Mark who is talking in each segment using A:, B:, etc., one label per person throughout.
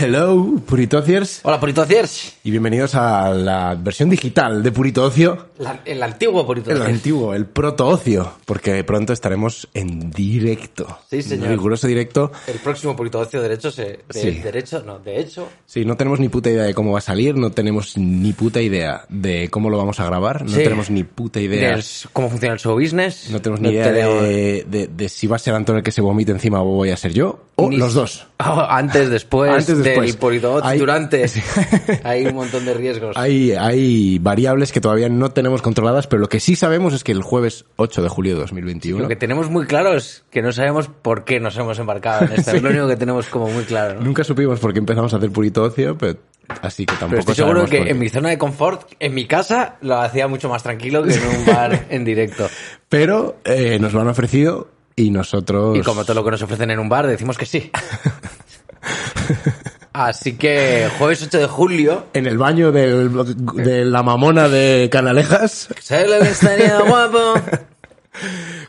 A: Hello, Purito Ociers,
B: Hola, Purito Ciers.
A: y bienvenidos a la versión digital de Purito Ocio,
B: La- el antiguo Purito
A: el
B: Ciers.
A: antiguo, el proto ocio, porque pronto estaremos en directo.
B: Sí, señor.
A: Un Riguroso directo.
B: El próximo Purito Ocio Derecho se... de-
A: Sí.
B: Derecho, no, de hecho...
A: Sí, no tenemos ni puta idea de cómo va a salir, no tenemos ni puta idea de cómo lo vamos a grabar, no
B: Sí.
A: tenemos ni puta idea.
B: del s- cómo funciona el show business.
A: No tenemos ni idea de, de- de si va a ser Antonio el que se vomite encima o voy a ser yo, o
B: Ni-
A: Oh, los dos.
B: Ah, antes, después,
A: Antes, después.
B: del Purito Ocio,
A: Hay-
B: durante... Hay un montón de riesgos.
A: Hay, hay variables que todavía no tenemos controladas, pero lo que sí sabemos es que el jueves 8 de julio de 2021
B: Lo que tenemos muy claro es que no sabemos por qué nos hemos embarcado en esto. Es lo único que tenemos como muy claro. ¿no?
A: Nunca supimos por qué empezamos a hacer purito ocio, pero así que tampoco
B: Pero estoy seguro
A: sabemos
B: que
A: por qué.
B: en mi zona de confort, en mi casa, lo hacía mucho más tranquilo que en un bar en directo.
A: Pero eh, nos lo han ofrecido y nosotros...
B: Y como todo lo que nos ofrecen en un bar, decimos que sí. Así que jueves 8 de julio.
A: En el baño del- de la mamona de Canalejas,
B: ¿Sabes lo que estaría guapo?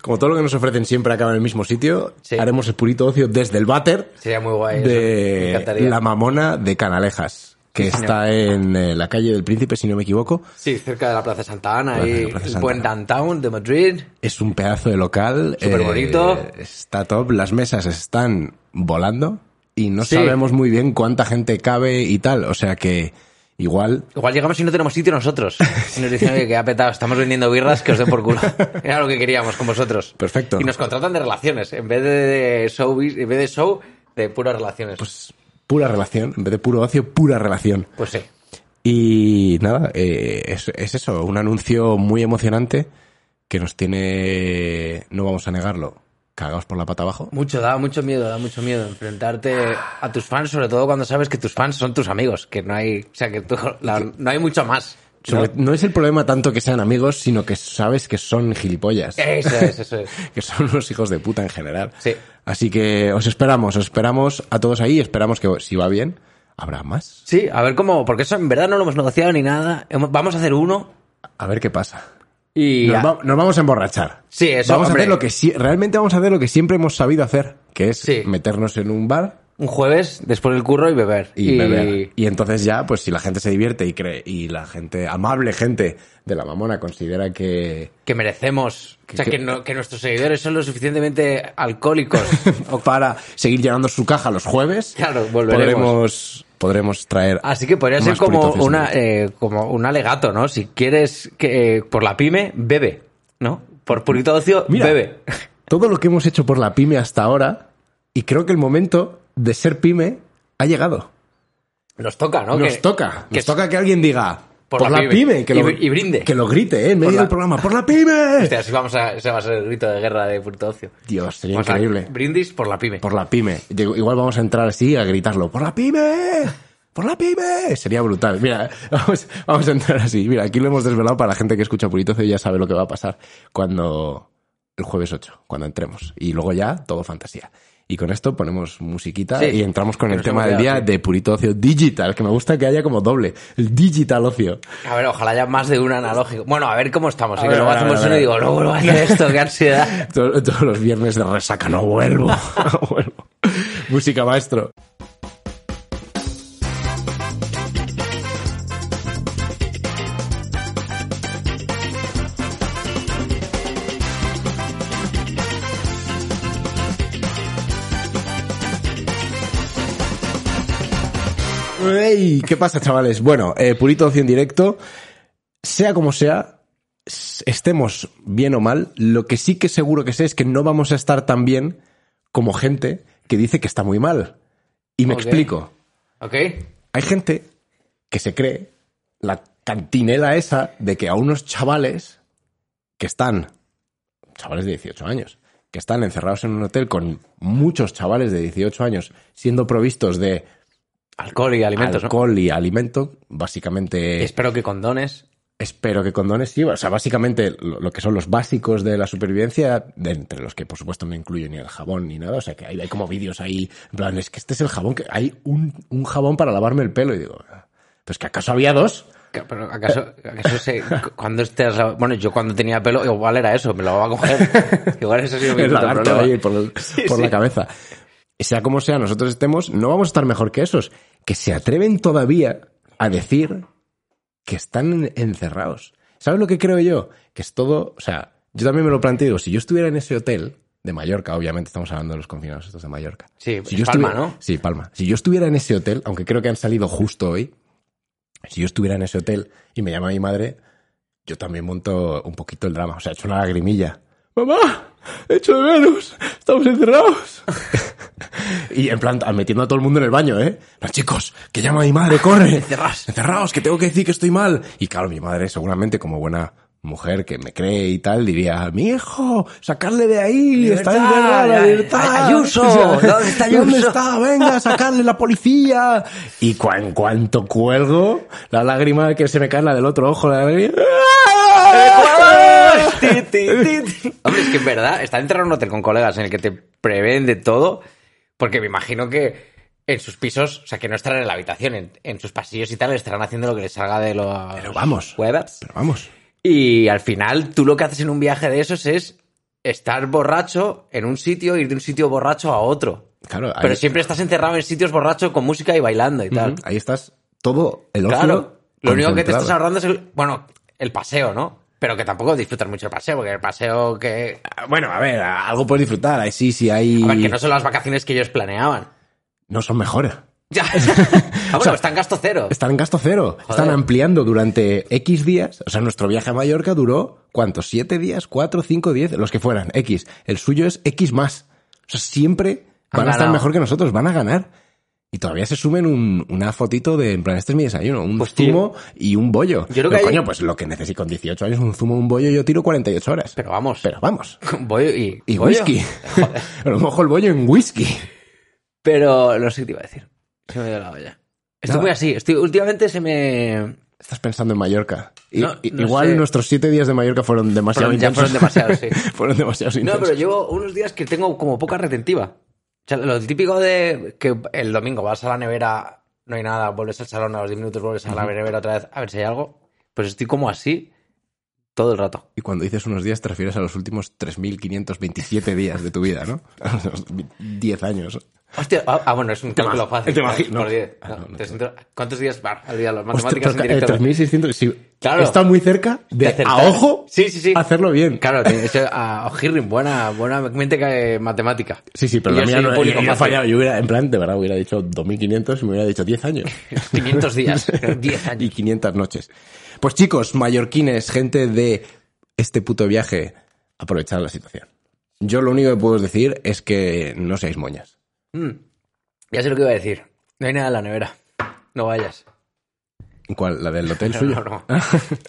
A: como todo lo que nos ofrecen siempre acaba en el mismo sitio,
B: Sí.
A: haremos el purito ocio desde el váter
B: Sería muy guay. eso. Me
A: de
B: encantaría.
A: la mamona de Canalejas, que
B: Sí, señor.
A: está en eh, la calle del Príncipe, si no me equivoco.
B: Sí, cerca de la Plaza Santa Ana
A: Plaza-
B: y
A: Plaza
B: el
A: Santa
B: buen downtown de Madrid.
A: Es un pedazo de local. eh,
B: Superbonito.
A: está top. Las mesas están volando. Y no
B: Sí.
A: sabemos muy bien cuánta gente cabe y tal. O sea que igual.
B: Igual llegamos y no tenemos sitio nosotros. Y nos dicen "Oye, que ha petado, estamos vendiendo birras, que os den por culo. Era lo que queríamos con vosotros.
A: Perfecto.
B: Y nos contratan de relaciones. En vez de show, en vez de, show de puras relaciones. Pues,
A: Pues pura relación. En vez de puro ocio, pura relación.
B: sí.
A: Y nada, eh, es, es eso. Un anuncio muy emocionante que nos tiene. No vamos a negarlo. Cagados por la pata abajo.
B: Mucho, da mucho miedo, da mucho miedo enfrentarte a tus fans, sobre todo cuando sabes que tus fans son tus amigos, que no hay, o sea, que tú- la- no hay mucho más. ¿no?
A: Sobre- no es el problema tanto que sean amigos, sino que sabes que son gilipollas.
B: Eso es, eso es.
A: que son unos hijos de puta en general.
B: Sí.
A: Así que os esperamos, os esperamos a todos ahí, esperamos que si va bien, habrá más.
B: Sí, a ver cómo, porque eso en verdad no lo hemos negociado ni nada. Hemos- Vamos a hacer uno
A: A ver qué pasa.
B: y
A: Nos,
B: a-
A: va- nos vamos a emborrachar.
B: Sí, eso,
A: Vamos a
B: hombre.
A: hacer lo que si- realmente vamos a hacer lo que siempre hemos sabido hacer, que es
B: Sí.
A: meternos en un bar
B: un jueves después del curro y beber.
A: y, beber. Y entonces ya, pues si la gente se divierte y cree y la gente amable gente de la mamona considera que
B: que merecemos, o sea,
A: que-
B: que, no- que nuestros seguidores son lo suficientemente alcohólicos.
A: para seguir llenando su caja los jueves,
B: Claro, volveremos.
A: podremos podremos traer
B: Así que podría ser
A: más
B: como
A: puritocios.
B: una eh, como un alegato, ¿no? Si quieres que eh, por la pyme bebe, ¿no? Por purito ocio
A: Mira,
B: bebe.
A: todo lo que hemos hecho por la pyme hasta ahora, y creo que el momento de ser pyme ha llegado.
B: Nos toca, ¿no?
A: nos
B: Que-
A: toca,
B: que
A: nos toca que alguien diga por, la, pyme, que
B: Y
A: lo,
B: br- y brinde.
A: que lo grite eh, en medio
B: la-
A: del programa, por la pyme.
B: Hostia, así vamos a, ese va a ser el grito de guerra de purito ocio.
A: Dios, sería
B: Vamos a-
A: increíble.
B: brindis por la pyme.
A: Por la pyme. Digo, Igual vamos a entrar así a gritarlo, por la pyme. Por la pyme. Sería brutal. Mira, vamos, vamos a entrar así. Mira, aquí lo hemos desvelado para la gente que escucha Puritocio y ya sabe lo que va a pasar cuando el jueves 8, cuando entremos. Y luego ya todo fantasía. Y con esto ponemos musiquita
B: Sí,
A: y entramos con
B: que
A: el
B: nos
A: tema
B: hemos
A: del día
B: quedado,
A: de Purito Ocio Digital, que me gusta que haya como doble. El digital ocio.
B: A ver, ojalá haya más de un analógico. Bueno, a ver cómo estamos.
A: A
B: ¿eh?
A: ver,
B: que luego
A: a ver, a
B: hacemos
A: ver,
B: uno
A: a
B: y
A: ver.
B: digo, no vuelvo a hacer esto, qué ansiedad.
A: Todo- todos los viernes de resaca, no vuelvo. No vuelvo. Música maestro. ¡Ey! ¿Qué pasa, chavales? Bueno, eh, Purito Ocio en directo. Sea como sea, s- estemos bien o mal, lo que sí que seguro que sé es que no vamos a estar tan bien como gente que dice que está muy mal. Y me
B: Ok.
A: explico.
B: ¿Ok?
A: Hay gente que se cree la cantinela esa de que a unos chavales que están, chavales de 18 años, que están encerrados en un hotel con muchos chavales de 18 años siendo provistos de
B: Alcohol y alimentos, ¿no?
A: alcohol y alimento, básicamente...
B: Espero que condones.
A: Espero que condones, sí. O sea, básicamente lo, lo que son los básicos de la supervivencia, de entre los que por supuesto no incluyo ni el jabón ni nada. O sea, que hay, hay como vídeos ahí, en plan, es que este es el jabón, que hay un, un jabón para lavarme el pelo. Y digo, pues que acaso había dos.
B: Que- Pero acaso, acaso se- cu- cuando estés, bueno, yo cuando tenía pelo, igual era eso, me lo va a coger. Igual eso ha sido mi
A: el
B: puto
A: lagarto
B: problema.
A: ahí por, el- por la cabeza. Sea como sea, nosotros estemos, no vamos a estar mejor que esos, que se atreven todavía a decir que están en- encerrados. ¿Sabes lo que creo yo? Que es todo, o sea, yo también me lo planteo, digo, si yo estuviera en ese hotel de Mallorca, obviamente estamos hablando de los confinados estos de Mallorca.
B: Sí,
A: Si
B: en Palma,
A: estuvi-
B: ¿no?
A: Sí, Palma. Si yo estuviera en ese hotel, aunque creo que han salido justo hoy, si yo estuviera en ese hotel y me llama mi madre, yo también monto un poquito el drama. O sea, he hecho una lagrimilla. ¡Mamá! ¡He hecho de menos! ¡Estamos encerrados! y en plan, metiendo a todo el mundo en el baño, ¿eh? Los chicos, que llama mi madre, corre.
B: Encerraos.
A: Encerraos, que tengo que decir que estoy mal. Y claro, mi madre seguramente como buena mujer que me cree y tal, diría, mi hijo, sacarle de ahí,
B: Libertad,
A: está encerrado, la
B: ay-
A: libertad.
B: Ayuso, ¿dónde está
A: ¿Dónde
B: Ayuso?
A: está? Venga, sacarle la policía. Y cu- en cuanto cuelgo, la lágrima que se me cae, la del otro ojo, la lágrima... ¡Ah!
B: Ti, ti, ti, ti. Hombre, es que es verdad, estar encerrado en un hotel con colegas en el que te prevén de todo, porque me imagino que en sus pisos, o sea, que no estarán en la habitación, en, en sus pasillos y tal, estarán haciendo lo que les salga de los
A: Pero vamos.
B: webs.
A: Pero vamos.
B: Y al final, tú lo que haces en un viaje de esos es estar borracho en un sitio, ir de un sitio borracho a otro.
A: Claro, ahí-
B: Pero siempre estás encerrado en sitios borracho con música y bailando y tal.
A: Ahí estás todo el ocio.
B: Claro. Lo único que te
A: concentrado.
B: estás ahorrando es el, bueno, el paseo, ¿no? Pero que tampoco disfrutas mucho el paseo, porque el paseo que.
A: Ah, Bueno, a ver, a- algo puedes disfrutar. Ahí sí, sí, ahí.
B: A ver, que no son las vacaciones que ellos planeaban.
A: No son mejores.
B: Ya. Ah,
A: sea,
B: bueno, está en gasto cero.
A: Están en gasto cero. Están ampliando durante X días. O sea, nuestro viaje a Mallorca duró, ¿cuántos? ¿Siete días? ¿Cuatro? ¿Cinco? ¿Diez? Los que fueran. X. El suyo es X más. O sea, siempre
B: Han
A: van a estar
B: ganado.
A: mejor que nosotros. Van a ganar. Y todavía se sumen un- una fotito de, en plan, este es mi desayuno, un
B: Pues, tío,
A: zumo y un bollo.
B: creo
A: Pero,
B: que hay-
A: coño, pues lo que necesito con 18 años, un zumo, un bollo, yo tiro 48 horas.
B: Pero vamos.
A: Pero vamos.
B: Voy y.
A: Y
B: voy yo.
A: whisky. A lo mejor el bollo en whisky.
B: Pero no sé qué te iba a decir. Se me dio la olla. Estoy
A: Nada.
B: muy así. Estoy, últimamente se me.
A: Estás pensando en Mallorca. Y-
B: No,
A: y-
B: no
A: igual
B: sé.
A: nuestros siete días de Mallorca fueron demasiado
B: Fueron- ya
A: intensos.
B: fueron demasiados, sí.
A: fueron demasiados
B: No,
A: intensos.
B: pero llevo unos días que tengo como poca retentiva. O sea, lo típico de que el domingo vas a la nevera, no hay nada, vuelves al salón a los 10 minutos, vuelves a la nevera otra vez, a ver si hay algo. Pues estoy como así todo el rato.
A: Y cuando dices unos días te refieres a los últimos 3.527 días de tu vida, ¿no? A los 10 años.
B: Hostia, ah, ah, bueno, es un cálculo
A: imag-
B: fácil.
A: te imagino.
B: Por diez.
A: Ah, no, no,
B: 300 ¿Cuántos días? Bah, olvídalo,
A: Ostras,
B: matemáticas en
A: eh,
B: directo.
A: 3.600... Sí,
B: Claro.
A: Está muy cerca
B: De
A: de,
B: acertar.
A: a ojo
B: Sí, sí, sí.
A: hacerlo bien.
B: Claro, te- eso, a O'Hirrin, buena, buena mente que- matemática.
A: Sí, sí, pero
B: Y
A: la
B: yo
A: mía
B: soy
A: no
B: un público
A: yo- yo he
B: fácil.
A: fallado. Yo hubiera, en plan, de verdad, hubiera dicho 2.500 y me hubiera dicho 10 años.
B: 500 días, 10 años.
A: y 500 noches. Pues chicos, mallorquines, gente de este puto viaje, aprovechad la situación. Yo lo único que puedo decir es que no seáis moñas.
B: Mm. Ya sé lo que iba a decir. No hay nada en la nevera. No vayas.
A: ¿Cuál? ¿La del hotel
B: No,
A: suyo?
B: no, no.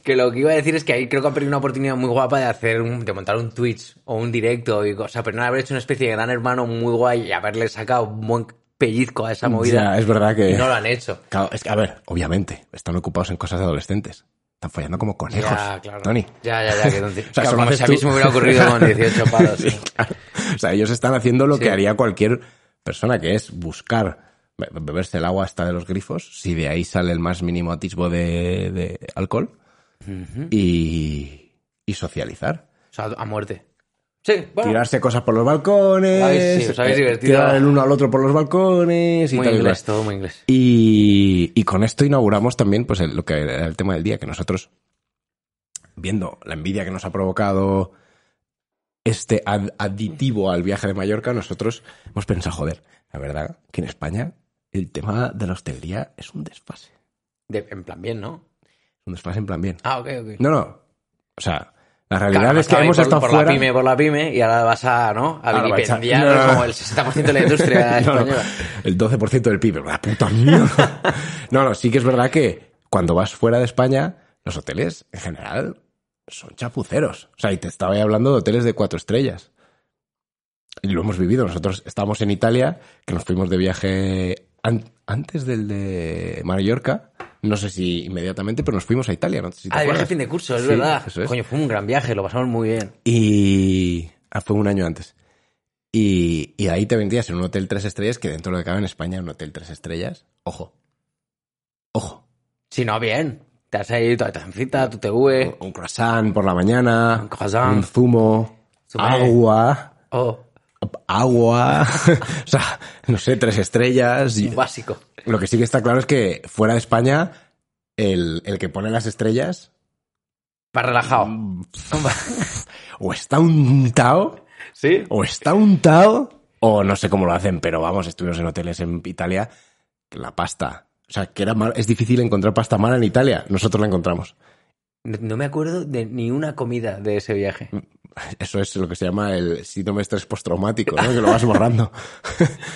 B: que lo que iba a decir es que ahí creo que han perdido una oportunidad muy guapa de hacer un- de montar un Twitch o un directo y cosa, pero no haber hecho una especie de gran hermano muy guay y haberle sacado un buen pellizco a esa movida.
A: Ya, es verdad que...
B: Y no lo han hecho.
A: Claro, es que, a ver, obviamente, están ocupados en cosas de adolescentes. Están follando como conejos.
B: Ya, claro.
A: Tony.
B: Ya, ya, ya. Que, tonti-
A: O sea, eso lo
B: como
A: haces
B: si a mí
A: tú.
B: se me hubiera ocurrido con 18 palos.
A: Sí, claro. O sea, ellos están haciendo lo
B: Sí.
A: que haría cualquier persona, que es buscar be- beberse el agua hasta de los grifos, si de ahí sale el más mínimo atisbo de, de alcohol, y, y socializar.
B: O sea, a muerte. Sí, bueno.
A: Tirarse cosas por los balcones,
B: Ay, sí, os habéis
A: eh,
B: divertido.
A: tirar el uno al otro por los balcones y
B: muy
A: tal y cual.
B: inglés, todo muy inglés.
A: Y, y con esto inauguramos también pues el- lo que era el tema del día, que nosotros, viendo la envidia que nos ha provocado este ad- aditivo al viaje de Mallorca, nosotros hemos pensado, joder, la verdad que en España el tema de la hostelería es un desfase.
B: De- en plan bien, ¿no?
A: Un desfase en plan bien.
B: Ah, ok, ok.
A: No, no. O sea, la realidad
B: Claro,
A: es que
B: estaba ahí
A: hemos
B: por,
A: estado
B: por
A: fuera...
B: la pyme, por la pyme, y ahora vas a, ¿no? A
A: Ahora va a echar-
B: vilipendiar
A: No, no, no.
B: como el 60% de la industria
A: No, no,
B: española.
A: el 12% del PIB, la puta mierda. No, no, sí que es verdad que cuando vas fuera de España, los hoteles en general son chapuceros. O sea, y te estaba ahí hablando de hoteles de cuatro estrellas. Y lo hemos vivido. Nosotros estábamos en Italia, que nos fuimos de viaje an- antes del de Mallorca, no sé si inmediatamente, pero nos fuimos a Italia, no sé si te
B: Ah, de viaje
A: acuerdas.
B: a fin de curso, es
A: Sí,
B: verdad.
A: eso es.
B: Coño, fue un gran viaje, lo pasamos muy bien.
A: Y ah, fue un año antes. Y, y ahí te vendías en un hotel tres estrellas, que dentro de lo que cabe en España, un hotel tres estrellas, ojo, ojo,
B: Si no, bien. Te has ido tu tancita, tu TV.
A: un croissant por la mañana,
B: Eh. Un croissant.
A: un zumo,
B: Zumé.
A: agua,
B: Oh,
A: agua, o sea, no sé, tres estrellas. y-
B: un básico.
A: Lo que sí que está claro es que fuera de España, el, el que pone las estrellas Mm.
B: Para relajado.
A: o está untado,
B: ¿Sí?
A: o está untado, o no sé cómo lo hacen, pero vamos, estuvimos en hoteles en Italia, que la pasta. O sea, que era mal- es difícil encontrar pasta mala en Italia. Nosotros la encontramos.
B: No, no me acuerdo de ni una comida de ese viaje.
A: Eso es lo que se llama el síndrome de estrés postraumático, ¿no? Que lo vas borrando.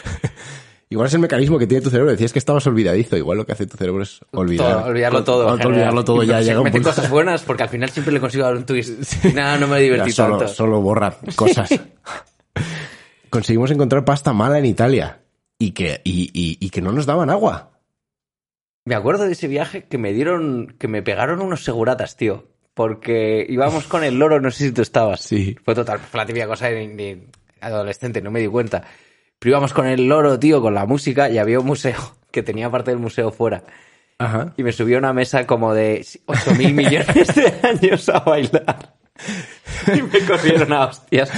A: igual es el mecanismo que tiene tu cerebro. Decías que estabas olvidadizo. Igual lo que hace tu cerebro es olvidar.
B: Todo, olvidarlo todo. en general.
A: Olvidarlo todo ya
B: Incluso
A: llega un
B: mete
A: punto.
B: cosas buenas porque al final siempre le consigo dar un twist. Y nada, no me divertí
A: Ya solo,
B: tanto.
A: solo borra cosas. Conseguimos encontrar pasta mala en Italia y que, y, y- y que no nos daban agua.
B: Me acuerdo de ese viaje que me dieron, que me pegaron unos seguratas, tío. Porque íbamos con el loro, no sé si tú estabas.
A: Sí.
B: Fue total, fue la típica cosa de, de adolescente, no me di cuenta. Pero íbamos con el loro, tío, con la música y había un museo que tenía parte del museo fuera.
A: Ajá.
B: Y me subí a una mesa como de 8 mil millones de años a bailar. Y me cogieron a hostias.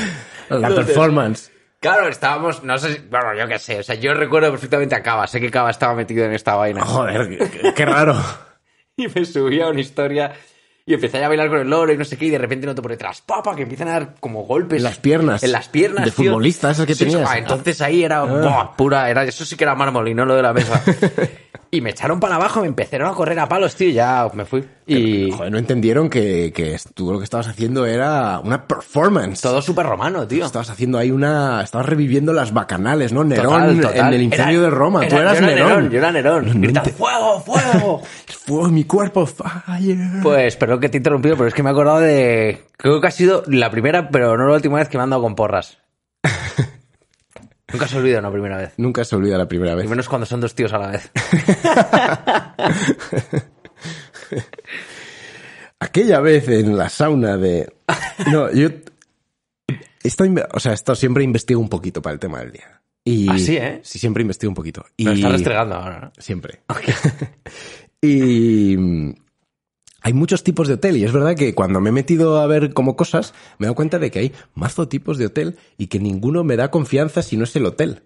A: La
B: Entonces,
A: performance.
B: Claro, estábamos, no sé, si- bueno, yo qué sé, o sea, yo recuerdo perfectamente a Cava, sé que Cava estaba metido en esta vaina.
A: Joder, qué, qué raro.
B: Y me subí a una historia y empecé a bailar con el loro y no sé qué, y de repente noto por detrás, papa, que empiezan a dar como golpes.
A: En las piernas.
B: En las piernas.
A: De
B: tío.
A: futbolista, esas que
B: Sí,
A: tenías.
B: ah, entonces ahí era, buah, pura, era, eso sí que era mármol y no lo de la mesa. y me echaron para abajo, me empezaron a correr a palos, tío, y ya me fui. Y
A: Joder, no entendieron que, que tú lo que estabas haciendo era una performance.
B: todo súper romano, tío.
A: Estabas haciendo ahí una. Estabas reviviendo las bacanales, ¿no? Nerón
B: Total, total.
A: en el incendio
B: Era-
A: de Roma.
B: era-
A: tú eras
B: yo era
A: Nerón.
B: Yo era Nerón. Gritan, ¡Fuego, fuego!
A: Fuego en mi cuerpo, fire.
B: Pues perdón que te he interrumpido, pero es que me he acordado de. Creo que ha sido la primera, pero no la última vez que me han dado con porras. Nunca se olvida una primera vez.
A: Nunca se olvida la primera
B: Y
A: vez.
B: menos cuando son dos tíos a la vez.
A: Aquella vez en la sauna de. No, yo. Esto, inve- o sea, esto siempre investigo un poquito para el tema del día. Y
B: Ah, sí, ¿eh?
A: Sí, siempre investigo un poquito. Y
B: Me está restregando ahora, ¿no?
A: Siempre. y mm, hay muchos tipos de hotel y es verdad que cuando me he metido a ver como cosas, me he dado cuenta de que hay mazo tipos de hotel y que ninguno me da confianza si no es el hotel.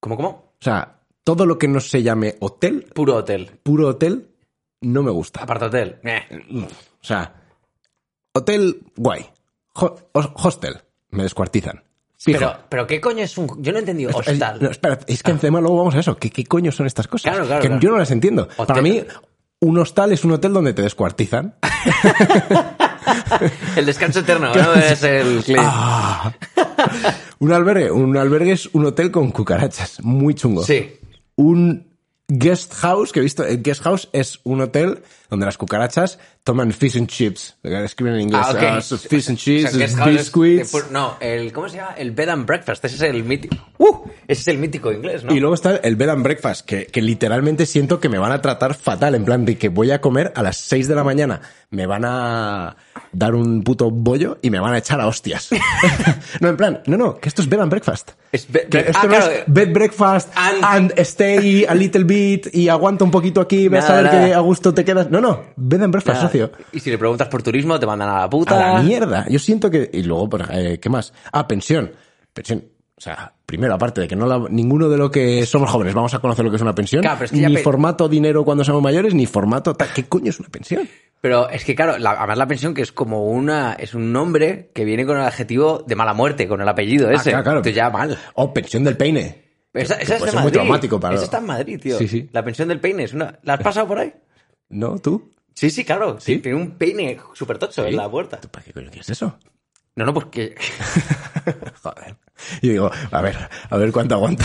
B: ¿Cómo, cómo?
A: O sea, todo lo que no se llame hotel,
B: Puro hotel.
A: puro hotel, no me gusta.
B: Aparte hotel. Eh.
A: O sea, hotel guay, Ho- hos- hostel, me descuartizan. Fijo.
B: Pero, pero ¿qué coño es un.? Yo no he entendido.
A: Esto- es-
B: Hostal.
A: no, espera, es que encima luego vamos a eso. ¿Qué, qué coño son estas cosas?
B: Ah. Claro, claro,
A: que
B: claro.
A: yo no las entiendo. Para mí, un hostal es un hotel donde te descuartizan.
B: El descanso eterno, ¿no? Es el clip.
A: Ah. un albergue. Un albergue es un hotel con cucarachas. Muy chungo.
B: Sí.
A: Un guest house que he visto. El guest house es un hotel donde las cucarachas toman fish and chips. Lo que escriben en inglés.
B: Ah, ok.
A: Ah, so fish and
B: O sea,
A: chips,
B: guest houses
A: biscuits.
B: de pur- no, el, ¿cómo se llama? El bed and breakfast. Ese es el mítico. ¡Uh! Ese es el mítico inglés, ¿no?
A: Y luego está el bed and breakfast, que, que literalmente siento que me van a tratar fatal, en plan de que voy a comer a las 6 de la mañana, me van a dar un puto bollo y me van a echar a hostias. no, en plan, no, no, que esto es bed and breakfast.
B: Es be-
A: Que
B: be-
A: esto
B: ah,
A: no
B: claro.
A: es bed breakfast
B: And-
A: and, stay a little bit y aguanta un poquito aquí, ves
B: Nada,
A: a ver
B: nada.
A: que a gusto te quedas. No, no, bed and breakfast,
B: Nada.
A: socio.
B: Y si le preguntas por turismo, te mandan a la puta.
A: A la mierda. Yo siento que. Y luego, pues, eh, ¿qué más? Ah, pensión. Pensión. O sea, primero, aparte de que no la- ninguno de lo que somos jóvenes vamos a conocer lo que es una pensión,
B: Claro, pero es que ya
A: ni
B: pe-
A: formato dinero cuando somos mayores, ni formato tal. ¿Qué coño es una pensión?
B: Pero es que, claro, la- además la pensión que es como una. Es un nombre que viene con el adjetivo de mala muerte, con el apellido ese.
A: Ah, claro, claro.
B: Entonces ya mal.
A: O pensión del peine.
B: Esa, esa es
A: puede
B: de
A: ser muy
B: Madrid.
A: traumático para-
B: Esa está en Madrid, tío.
A: Sí, sí.
B: La pensión del peine es una. ¿La has pasado por ahí?
A: ¿No? ¿Tú?
B: Sí, sí, claro.
A: ¿Sí?
B: Tiene un peine súper tocho
A: ¿Sí?
B: en la puerta.
A: ¿Tú para qué coño quieres eso?
B: No, no, porque.
A: Joder. Y digo, a ver, a ver cuánto aguanta.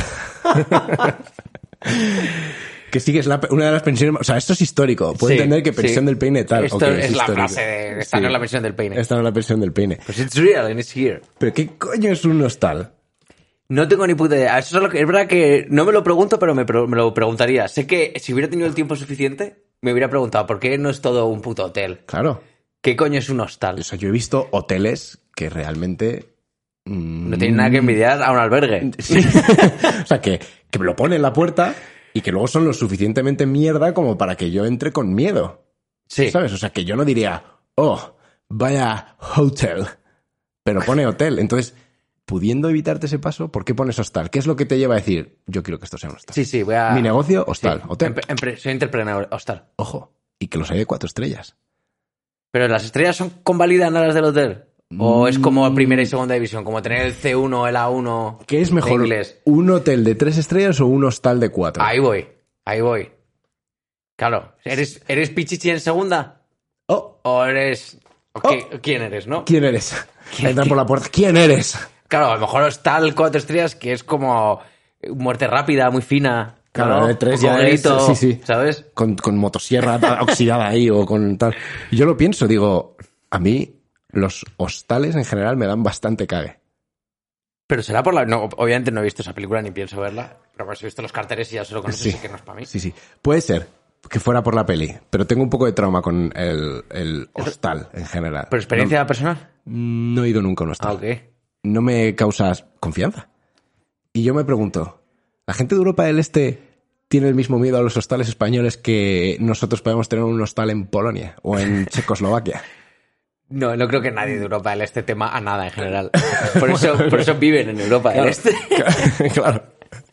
A: que sí que es la- una de las pensiones. más- O sea, esto es histórico. Puedo
B: Sí,
A: entender que pensión
B: sí.
A: del peine tal.
B: Esto
A: ok,
B: es, la
A: histórico.
B: frase de. Esta
A: Sí.
B: no es la pensión del peine.
A: Esta no es la pensión del peine.
B: Pues it's real and it's here.
A: ¿Pero qué coño es un hostal?
B: No tengo ni puta idea. Eso es, lo que, es verdad que no me lo pregunto, pero me, pre- me lo preguntaría. Sé que si hubiera tenido el tiempo suficiente, me hubiera preguntado por qué no es todo un puto hotel.
A: Claro.
B: ¿Qué coño es un hostal?
A: O sea, yo he visto hoteles que realmente. mm,
B: No tiene nada que envidiar a un albergue.
A: Sí. o sea, que, que me lo pone en la puerta y que luego son lo suficientemente mierda como para que yo entre con miedo.
B: Sí.
A: ¿Sabes? O sea, que yo no diría, oh, vaya hotel. Pero pone hotel. Entonces, pudiendo evitarte ese paso, ¿por qué pones hostal? ¿Qué es lo que te lleva a decir, yo quiero que esto sea un hostal?
B: Sí, sí, voy a.
A: Mi negocio, hostal,
B: Sí.
A: hotel.
B: Empre- empre- soy entrepreneur, hostal.
A: Ojo. Y que los hay de cuatro estrellas.
B: Pero las estrellas son convalidan a las del hotel.
A: Mm.
B: O es como primera y segunda división, como tener el C1, el A1.
A: ¿Qué es
B: de
A: mejor,
B: Inglés.
A: un hotel de tres estrellas o un hostal de cuatro?
B: Ahí voy, ahí voy. Claro, ¿eres, eres Pichichi en segunda?
A: Oh,
B: ¿O eres.? o qué- ¿Quién eres, no?
A: ¿quién eres? Entra por la puerta. ¿Quién eres?
B: Claro, a lo mejor hostal cuatro estrellas que es como muerte rápida, muy fina.
A: Claro,
B: ¿no?
A: de tres
B: Con
A: ya es-
B: grito,
A: sí, sí.
B: ¿Sabes?
A: con, con motosierra ta- oxidada ahí o con tal. Y Yo lo pienso, digo, a mí los hostales en general me dan bastante cague.
B: Pero será por la. No, obviamente no he visto esa película ni pienso verla. Pero pues he visto los carteles y ya solo con eso
A: Sí.
B: sé que no es para mí.
A: Sí, sí. Puede ser que fuera por la peli, pero tengo un poco de trauma con el, el hostal en general.
B: ¿Pero experiencia personal?
A: No, no he ido nunca a un
B: Ah,
A: hostal.
B: ok.
A: No me causas confianza. Y yo me pregunto, ¿la gente de Europa del Este tiene el mismo miedo a los hostales españoles que nosotros podemos tener un hostal en Polonia o en Checoslovaquia?
B: No, no creo que nadie de Europa del Este tema a nada en general. Por eso, por eso viven en Europa del Este.
A: claro.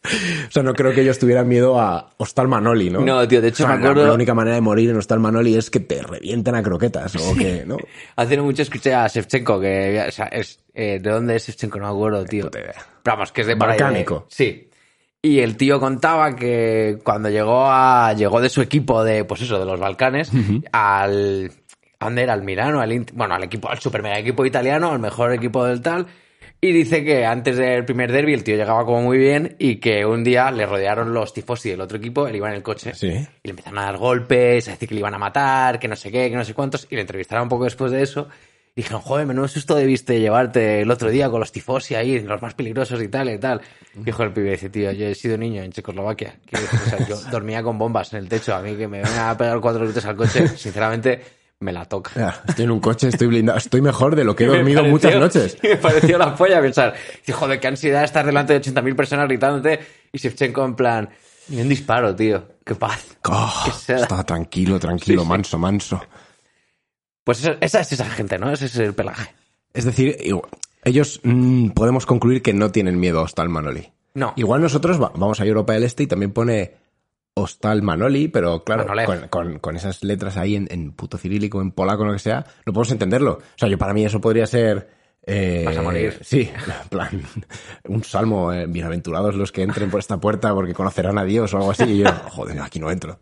A: O sea, no creo que ellos tuvieran miedo a Hostal Manoli, ¿no?
B: No, tío, de hecho
A: O sea,
B: me
A: la-
B: acuerdo-
A: La, única manera de morir en Hostal Manoli es que te revienten a croquetas o que, ¿no?
B: Hace no mucho escuché a Shevchenko, que o sea, es, eh, ¿de dónde es Shevchenko? No me acuerdo, tío.
A: puta idea.
B: Vamos, que es de por ahí, de-
A: Balcánico.
B: sí. Y el tío contaba que cuando llegó a llegó de su equipo de, pues eso, de los Balcanes, al. ¿a dónde era? Al Milano, al Int- bueno, al equipo, al super mega equipo italiano, al mejor equipo del tal. Y dice que antes del primer derby el tío llegaba como muy bien y que un día le rodearon los tifosi del otro equipo, él iba en el coche.
A: Sí.
B: Y le empezaron a dar golpes, a decir que le iban a matar, que no sé qué, que no sé cuántos. Y le entrevistaron un poco después de eso. Y dijeron, joder, menudo susto debiste llevarte el otro día con los tifosi ahí, los más peligrosos y tal y tal. Dijo el pibe, dice, tío, yo he sido niño en Checoslovaquia. Que, o sea, yo dormía con bombas en el techo. A mí que me vengan a pegar cuatro minutos al coche, sinceramente, me la toca.
A: Ya, Ah, Estoy en un coche, estoy blindado, estoy mejor de lo que he
B: Y Ah. me
A: dormido muchas
B: pareció-
A: noches.
B: y me pareció la polla pensar, dice, joder, qué ansiedad estar delante de 80.000 personas gritándote y Shevchenko en plan, ni un disparo, tío, qué paz.
A: Oh,
B: Qué seda.
A: estaba tranquilo, tranquilo,
B: Sí, sí.
A: manso, manso.
B: Pues esa, esa es esa gente, ¿no? Ese es el pelaje.
A: Es decir, igual- ellos mm, podemos concluir que no tienen miedo a Hostal Manoli.
B: No.
A: Igual nosotros va- vamos a Europa del Este y también pone Hostal Manoli, pero claro,
B: Manolev.
A: con, con- con esas letras ahí en, en puto cirílico, en polaco, lo que sea, no podemos entenderlo. O sea, yo para mí eso podría ser... eh,
B: Vas a morir.
A: Sí, en plan, un salmo, eh, bienaventurados los que entren por esta puerta porque conocerán a Dios o algo así. Y yo, joder, aquí no entro.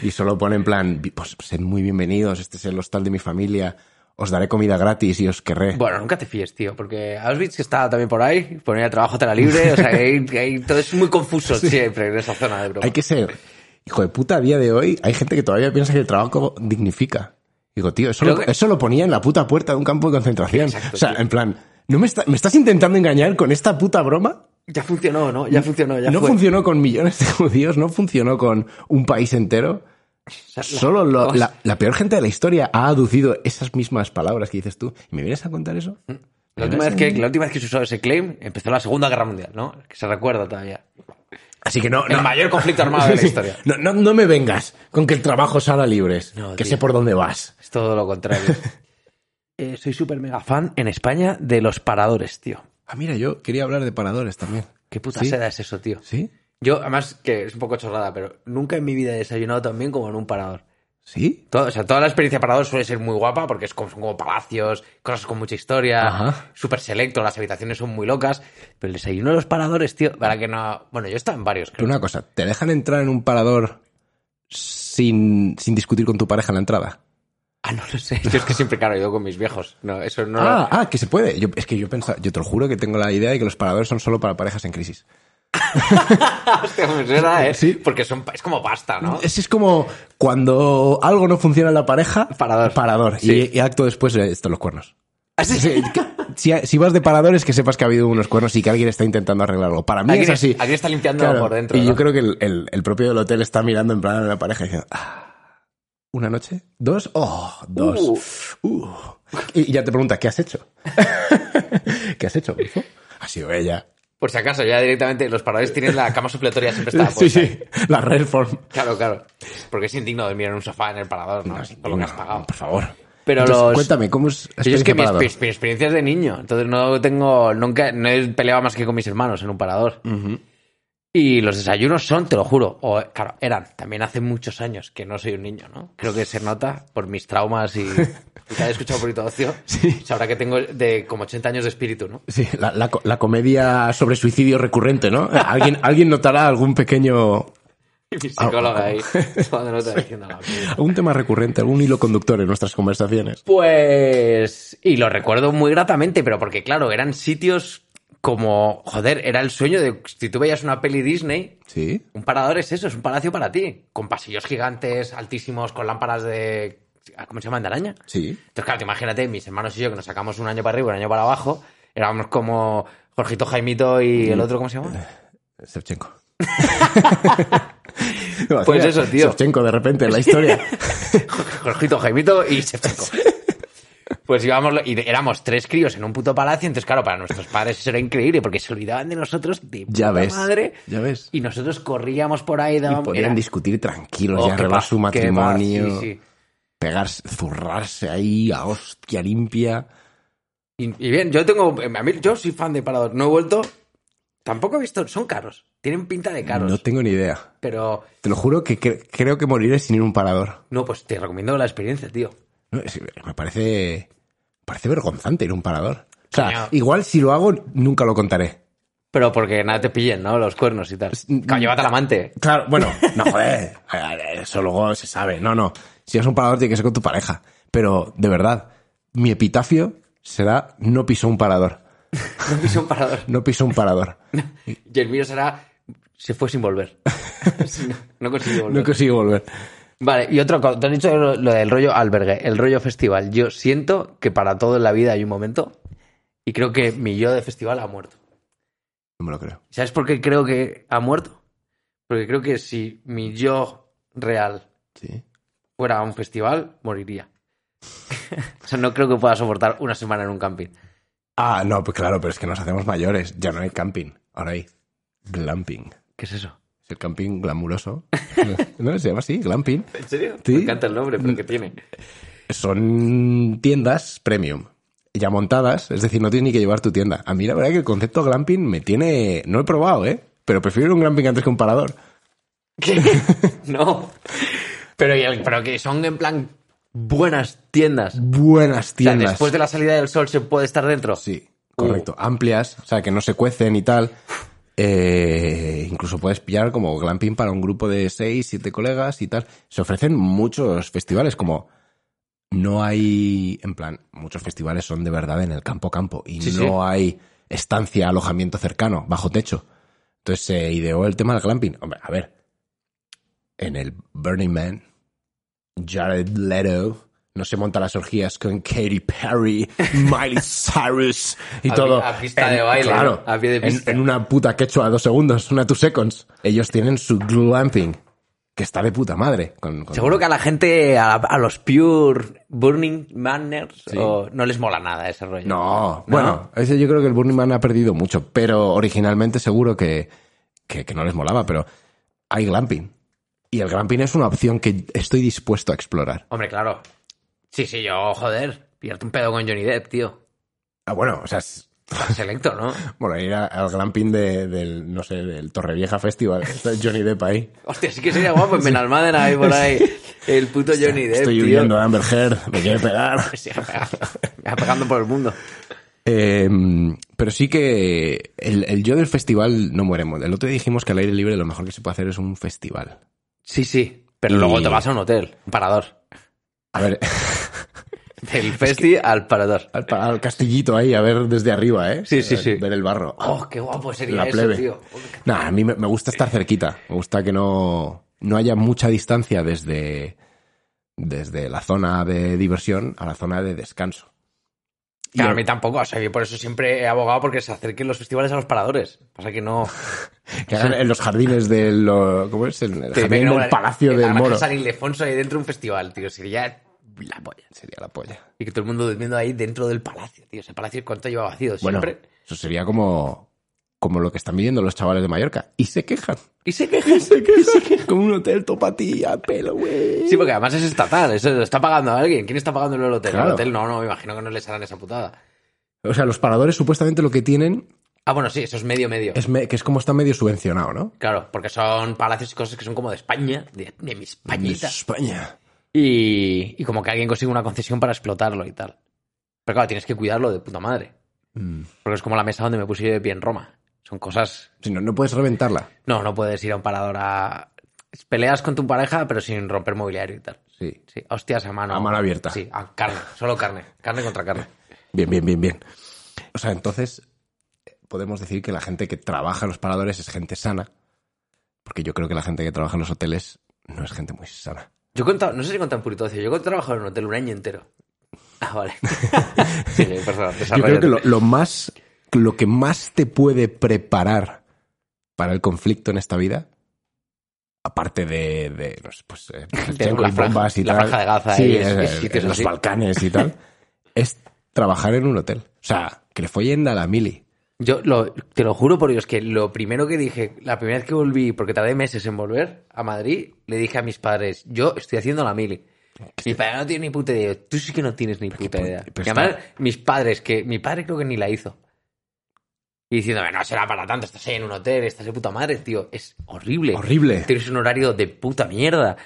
A: Y solo pone en plan, "Vi- pues sed muy bienvenidos, este es el hostal de mi familia, os daré comida gratis y os querré.
B: Bueno, nunca te fíes, tío, porque Auschwitz que está también por ahí, por ir a trabajo a tela libre, o sea, que hay- que hay- todo es muy confuso siempre en esa zona de Europa.
A: Hay que ser. Hijo de puta, a día de hoy hay gente que todavía piensa que el trabajo dignifica. Digo, tío, eso,
B: Creo
A: lo,
B: que-
A: eso lo ponía en la puta puerta de un campo de concentración.
B: Exacto,
A: o sea,
B: tío.
A: en plan, ¿no me, está- me estás intentando engañar con esta puta broma?
B: Ya funcionó, ¿no? Ya funcionó, ya
A: no
B: fue.
A: funcionó con millones de judíos, no funcionó con un país entero.
B: sea, la-
A: Solo lo-
B: oh.
A: la, la peor gente de la historia ha aducido esas mismas palabras que dices tú. ¿Y me vienes a contar eso?
B: Mm. La última,
A: ¿eh?
B: vez que, la última vez que se usó ese claim empezó la Segunda Guerra Mundial, ¿no? Que se recuerda todavía.
A: Así que no,
B: El
A: no.
B: mayor conflicto armado de la
A: Sí.
B: historia.
A: No, no, no me vengas con que el trabajo salga libres.
B: No,
A: que
B: tío.
A: sé por dónde vas.
B: Es todo lo contrario. Eh, soy súper mega fan en España de los paradores, tío.
A: Ah, mira, yo quería hablar de paradores también.
B: Qué puta
A: ¿Sí?
B: seda es eso, tío.
A: ¿Sí?
B: Yo, además, que es un poco chorrada, pero nunca en mi vida he desayunado tan bien como en un parador.
A: ¿Sí?
B: Todo- o sea, toda la experiencia parador suele ser muy guapa porque es como, son como palacios, cosas con mucha historia,
A: Ajá.
B: súper selecto, las habitaciones son muy locas. Pero el desayuno de los paradores, tío, para que no. Bueno, yo estaba en varios,
A: Pero
B: creo.
A: una cosa, ¿te dejan entrar en un parador sin, sin discutir con tu pareja en la entrada?
B: Ah, no lo sé. Yo es que siempre, claro, he ido con mis viejos. No, eso no. lo-
A: Ah, ah, que se puede. Yo- es que yo pensaba, yo te lo juro que tengo la idea de que los paradores son solo para parejas en crisis.
B: Hostia, me suena, ¿eh?
A: Sí.
B: Porque son, pa- es como pasta, ¿no?
A: Es, es como cuando algo no funciona en la pareja,
B: Parador.
A: parador.
B: Sí.
A: Y, y acto después, eh, esto, los cuernos.
B: Así
A: Sí, que- si, si vas de paradores, que sepas que ha habido unos cuernos y que alguien está intentando arreglarlo. Para mí es
B: Alguien-
A: así.
B: alguien está limpiándolo por dentro,
A: Y yo
B: ¿no?
A: creo que el, el- el propio del hotel está mirando en plan a la pareja y diciendo, "Ah, ¿una noche? ¿Dos? Oh, dos. Uh. Y, y ya te pregunta, ¿qué has hecho? ¿Qué has hecho? hijo? Ha sido ella.
B: Por si acaso, ya directamente los paradores tienen la cama supletoria siempre está pues, puesta.
A: Sí, sí, la red form.
B: Claro, claro. Porque es indigno dormir en un sofá en el parador, ¿no? Por lo que has pagado.
A: Por favor.
B: Pero
A: Entonces,
B: los-
A: Cuéntame, ¿cómo es
B: Yo es que
A: experiencia
B: mi,
A: parador?
B: exper- mi experiencia es de niño, entonces no tengo, nunca, no he peleado más que con mis hermanos en un parador. Y los desayunos son, te lo juro, o, claro, eran también hace muchos años que no soy un niño, ¿no? Creo que se nota por mis traumas y, y que haya escuchado por ocio, sabrá que tengo de como 80 años de espíritu, ¿no?
A: Sí, la, la co- la comedia sobre suicidio recurrente, ¿no? Alguien, alguien notará algún pequeño...
B: Y mi psicóloga ahí tomando nota diciendo la mierda.
A: algún tema recurrente, algún hilo conductor en nuestras conversaciones.
B: Pues. Y lo recuerdo muy gratamente, pero porque, claro, eran sitios como. Joder, era el sueño de. Si tú veías una peli Disney,
A: Sí.
B: un parador es eso, es un palacio para ti. Con pasillos gigantes, altísimos, con lámparas de. ah, ¿Cómo se llaman? ¿De araña?
A: Sí.
B: Entonces, claro, te imagínate, mis hermanos y yo, que nos sacamos un año para arriba, un año para abajo, éramos como Jorgito Jaimito y el otro, ¿cómo se llama?
A: Shevchenko.
B: Pues eso, tío.
A: Shevchenko, de repente, en la historia.
B: Jorgito, Jaimito y Shevchenko. Pues íbamos, y éramos tres críos en un puto palacio, entonces claro, para nuestros padres eso era increíble, porque se olvidaban de nosotros de
A: ya
B: puta
A: ves.
B: madre,
A: Ya ves.
B: y nosotros corríamos por ahí,
A: Y
B: dábamos...
A: podían
B: era-
A: discutir tranquilos
B: Oh,
A: y
B: qué
A: arreglar
B: paz,
A: su
B: qué paz,
A: matrimonio.
B: sí, sí.
A: Pegarse, zurrarse ahí a hostia limpia.
B: Y, y bien, yo tengo, a mí, yo soy fan de Parador, no he vuelto, tampoco he visto, son caros, tienen pinta de caros,
A: No tengo ni idea.
B: pero
A: Te lo juro que cre- creo que moriré sin ir a un parador.
B: no, pues te recomiendo la experiencia, tío.
A: No, es- Me parece, me parece vergonzante ir a un parador. O sea,
B: Coño.
A: igual si lo hago, nunca lo contaré.
B: Pero porque nada te pillen, ¿no? Los cuernos y tal.
A: Pues, mm,
B: Claro, llévate al amante.
A: Claro, bueno, no, joder. eh, Eso luego se sabe. No, no. Si es un parador, tiene que ser con tu pareja. Pero, de verdad, mi epitafio será no pisó un parador.
B: No piso un parador.
A: No pisó un parador.
B: Y el mío será se fue sin volver. Sí, no, no consiguió volver.
A: No consigo volver.
B: Vale, y otro, co- te han dicho lo, lo del rollo albergue, el rollo festival. Yo siento que para todo en la vida hay un momento y creo que mi yo de festival ha muerto.
A: No me lo creo.
B: ¿Sabes por qué creo que ha muerto? Porque creo que si mi yo real
A: Sí.
B: fuera a un festival, moriría. o sea, no creo que pueda soportar una semana en un camping.
A: Ah, no, pues claro, pero es que nos hacemos mayores. Ya no hay camping. Ahora hay glamping.
B: ¿Qué es eso?
A: Es el camping glamuroso. ¿No se llama así? Glamping.
B: ¿En serio?
A: Sí.
B: Me encanta el nombre porque tiene.
A: son tiendas premium ya montadas, es decir, no tienes ni que llevar tu tienda. A mí la verdad es que el concepto glamping me tiene, no he probado, ¿eh? Pero prefiero un glamping antes que un parador.
B: No. Pero, y el- pero que son en plan buenas tiendas. O
A: Buenas
B: sea,
A: tiendas.
B: después de la salida del sol se puede estar dentro. Uh.
A: Sí, correcto. Amplias, o sea, que no se cuecen y tal. Eh, incluso puedes pillar como glamping para un grupo de seis, siete colegas y tal. Se ofrecen muchos festivales, como no hay, en plan, muchos festivales son de verdad en el campo campo y
B: Sí,
A: no
B: sí.
A: hay estancia, alojamiento cercano, bajo techo. Entonces se ideó el tema del glamping. Hombre, a ver, en el Burning Man, Jared Leto no se monta las orgías con Katy Perry, Miley Cyrus y
B: A
A: todo.
B: pi- a pista de baile,
A: Claro,
B: ¿no? A pie de
A: en-
B: pista.
A: En, una puta quechua a dos segundos, una two seconds. Ellos tienen su glamping, que está de puta madre. Con, con-
B: Seguro que a la gente, a, a los pure Burning Manners,
A: Sí.
B: o- no les mola nada ese rollo.
A: No, bueno, ese yo creo que el Burning Man ha perdido mucho, pero originalmente seguro que, que, que no les molaba, pero hay glamping. Y el glamping es una opción que estoy dispuesto a explorar.
B: Hombre, claro. Sí, sí, yo, joder. Pillarte un pedo con Johnny Depp, tío.
A: Ah, bueno, o sea, es-
B: Selecto, ¿no?
A: Bueno, ir a- al glamping de, del, no sé, del Torrevieja Festival. Está Johnny Depp ahí.
B: Hostia, sí que sería guapo en Benalmádena ahí por ahí. El puto Johnny Depp,
A: Estoy
B: tío.
A: huyendo a Amber Heard, me quiere pegar.
B: Sí, me va- me va pegando por el mundo.
A: Eh, pero sí que el, el yo del festival no mueremos. El otro día dijimos que al aire libre lo mejor que se puede hacer es un festival.
B: Sí, sí. Pero luego
A: Y-
B: te vas a un hotel, un parador.
A: A ver,
B: Del festi al parador.
A: al, pa- al castillito ahí, a ver desde arriba, ¿eh?
B: Sí, sí, sí.
A: Ver el barro.
B: Oh, qué guapo sería
A: la
B: eso,
A: plebe.
B: tío.
A: Nah, a mí me, me gusta estar cerquita. Me gusta que no, no haya mucha distancia desde, desde la zona de diversión a la zona de descanso.
B: Claro, a mí tampoco, o sea, yo por eso siempre he abogado porque se acerquen los festivales a los paradores. Pasa que no...
A: Que hagan en los jardines del. lo- ¿Cómo es? En el
B: Te
A: jardín
B: imagino
A: del
B: la-
A: Palacio
B: en la
A: del
B: granja
A: Moro.
B: San Ildefonso ahí dentro de un festival, tío. Sería la polla.
A: Sería la polla.
B: Y que todo el mundo durmiendo ahí dentro del palacio, tío. Ese palacio, ¿cuánto lleva vacío?
A: Bueno,
B: Siempre.
A: eso sería como, como lo que están viviendo los chavales de Mallorca. Y se quejan.
B: Y se quejan.
A: Se quejan. Como un hotel topatía, pelo, güey.
B: Sí, porque además es estatal. Eso lo está pagando alguien. ¿Quién está pagando el hotel?
A: Claro.
B: El hotel no, no, me imagino que no les harán esa putada.
A: O sea, los paradores supuestamente lo que tienen
B: Ah, bueno, sí, eso es medio-medio.
A: es me- que es como está medio subvencionado, ¿no?
B: Claro, porque son palacios y cosas que son como de España, de, de mi Españita.
A: España.
B: Y, y como que alguien consigue una concesión para explotarlo y tal. Pero claro, tienes que cuidarlo de puta madre.
A: Mm.
B: Porque es como la mesa donde me puse yo de pie en Roma. Son cosas
A: Si no, no puedes reventarla.
B: No, no puedes ir a un parador a... Peleas con tu pareja, pero sin romper mobiliario y tal.
A: Sí.
B: Sí, a hostias a mano.
A: A mano abierta.
B: Sí, a carne, solo carne. Carne contra carne.
A: Bien, bien, bien, bien. O sea, entonces eh, podemos decir que la gente que trabaja en los paradores es gente sana. Porque yo creo que la gente que trabaja en los hoteles no es gente muy sana.
B: Yo he contado, no sé si he contado en Puritocio, yo he contado- trabajado en un hotel un año entero. Ah, vale. sí, perdón,
A: Yo creo
B: desarrollate.
A: que lo, lo más, lo que más te puede preparar para el conflicto en esta vida, aparte de, de, no sé, pues, eh, Shevchenko
B: la
A: y
B: franja-
A: bombas y
B: la
A: tal,
B: franja de Gaza
A: sí,
B: y
A: es-
B: es- y
A: es-
B: sitios
A: en los
B: así.
A: Balcanes y tal, es trabajar en un hotel. O sea, que le follen a la mili.
B: Yo lo- te lo juro por Dios que lo primero que dije, la primera vez que volví, porque tardé meses en volver a Madrid, le dije a mis padres, yo estoy haciendo la mili. Mi padre no tiene ni puta idea. Tú sí que no tienes ni puta
A: pu-
B: idea.
A: pero
B: Y
A: está-
B: además, mis padres, que mi padre creo que ni la hizo. Y diciéndome, no será para tanto, estás ahí en un hotel, estás de puta madre, tío. Es horrible.
A: Horrible.
B: Tienes un horario de puta mierda.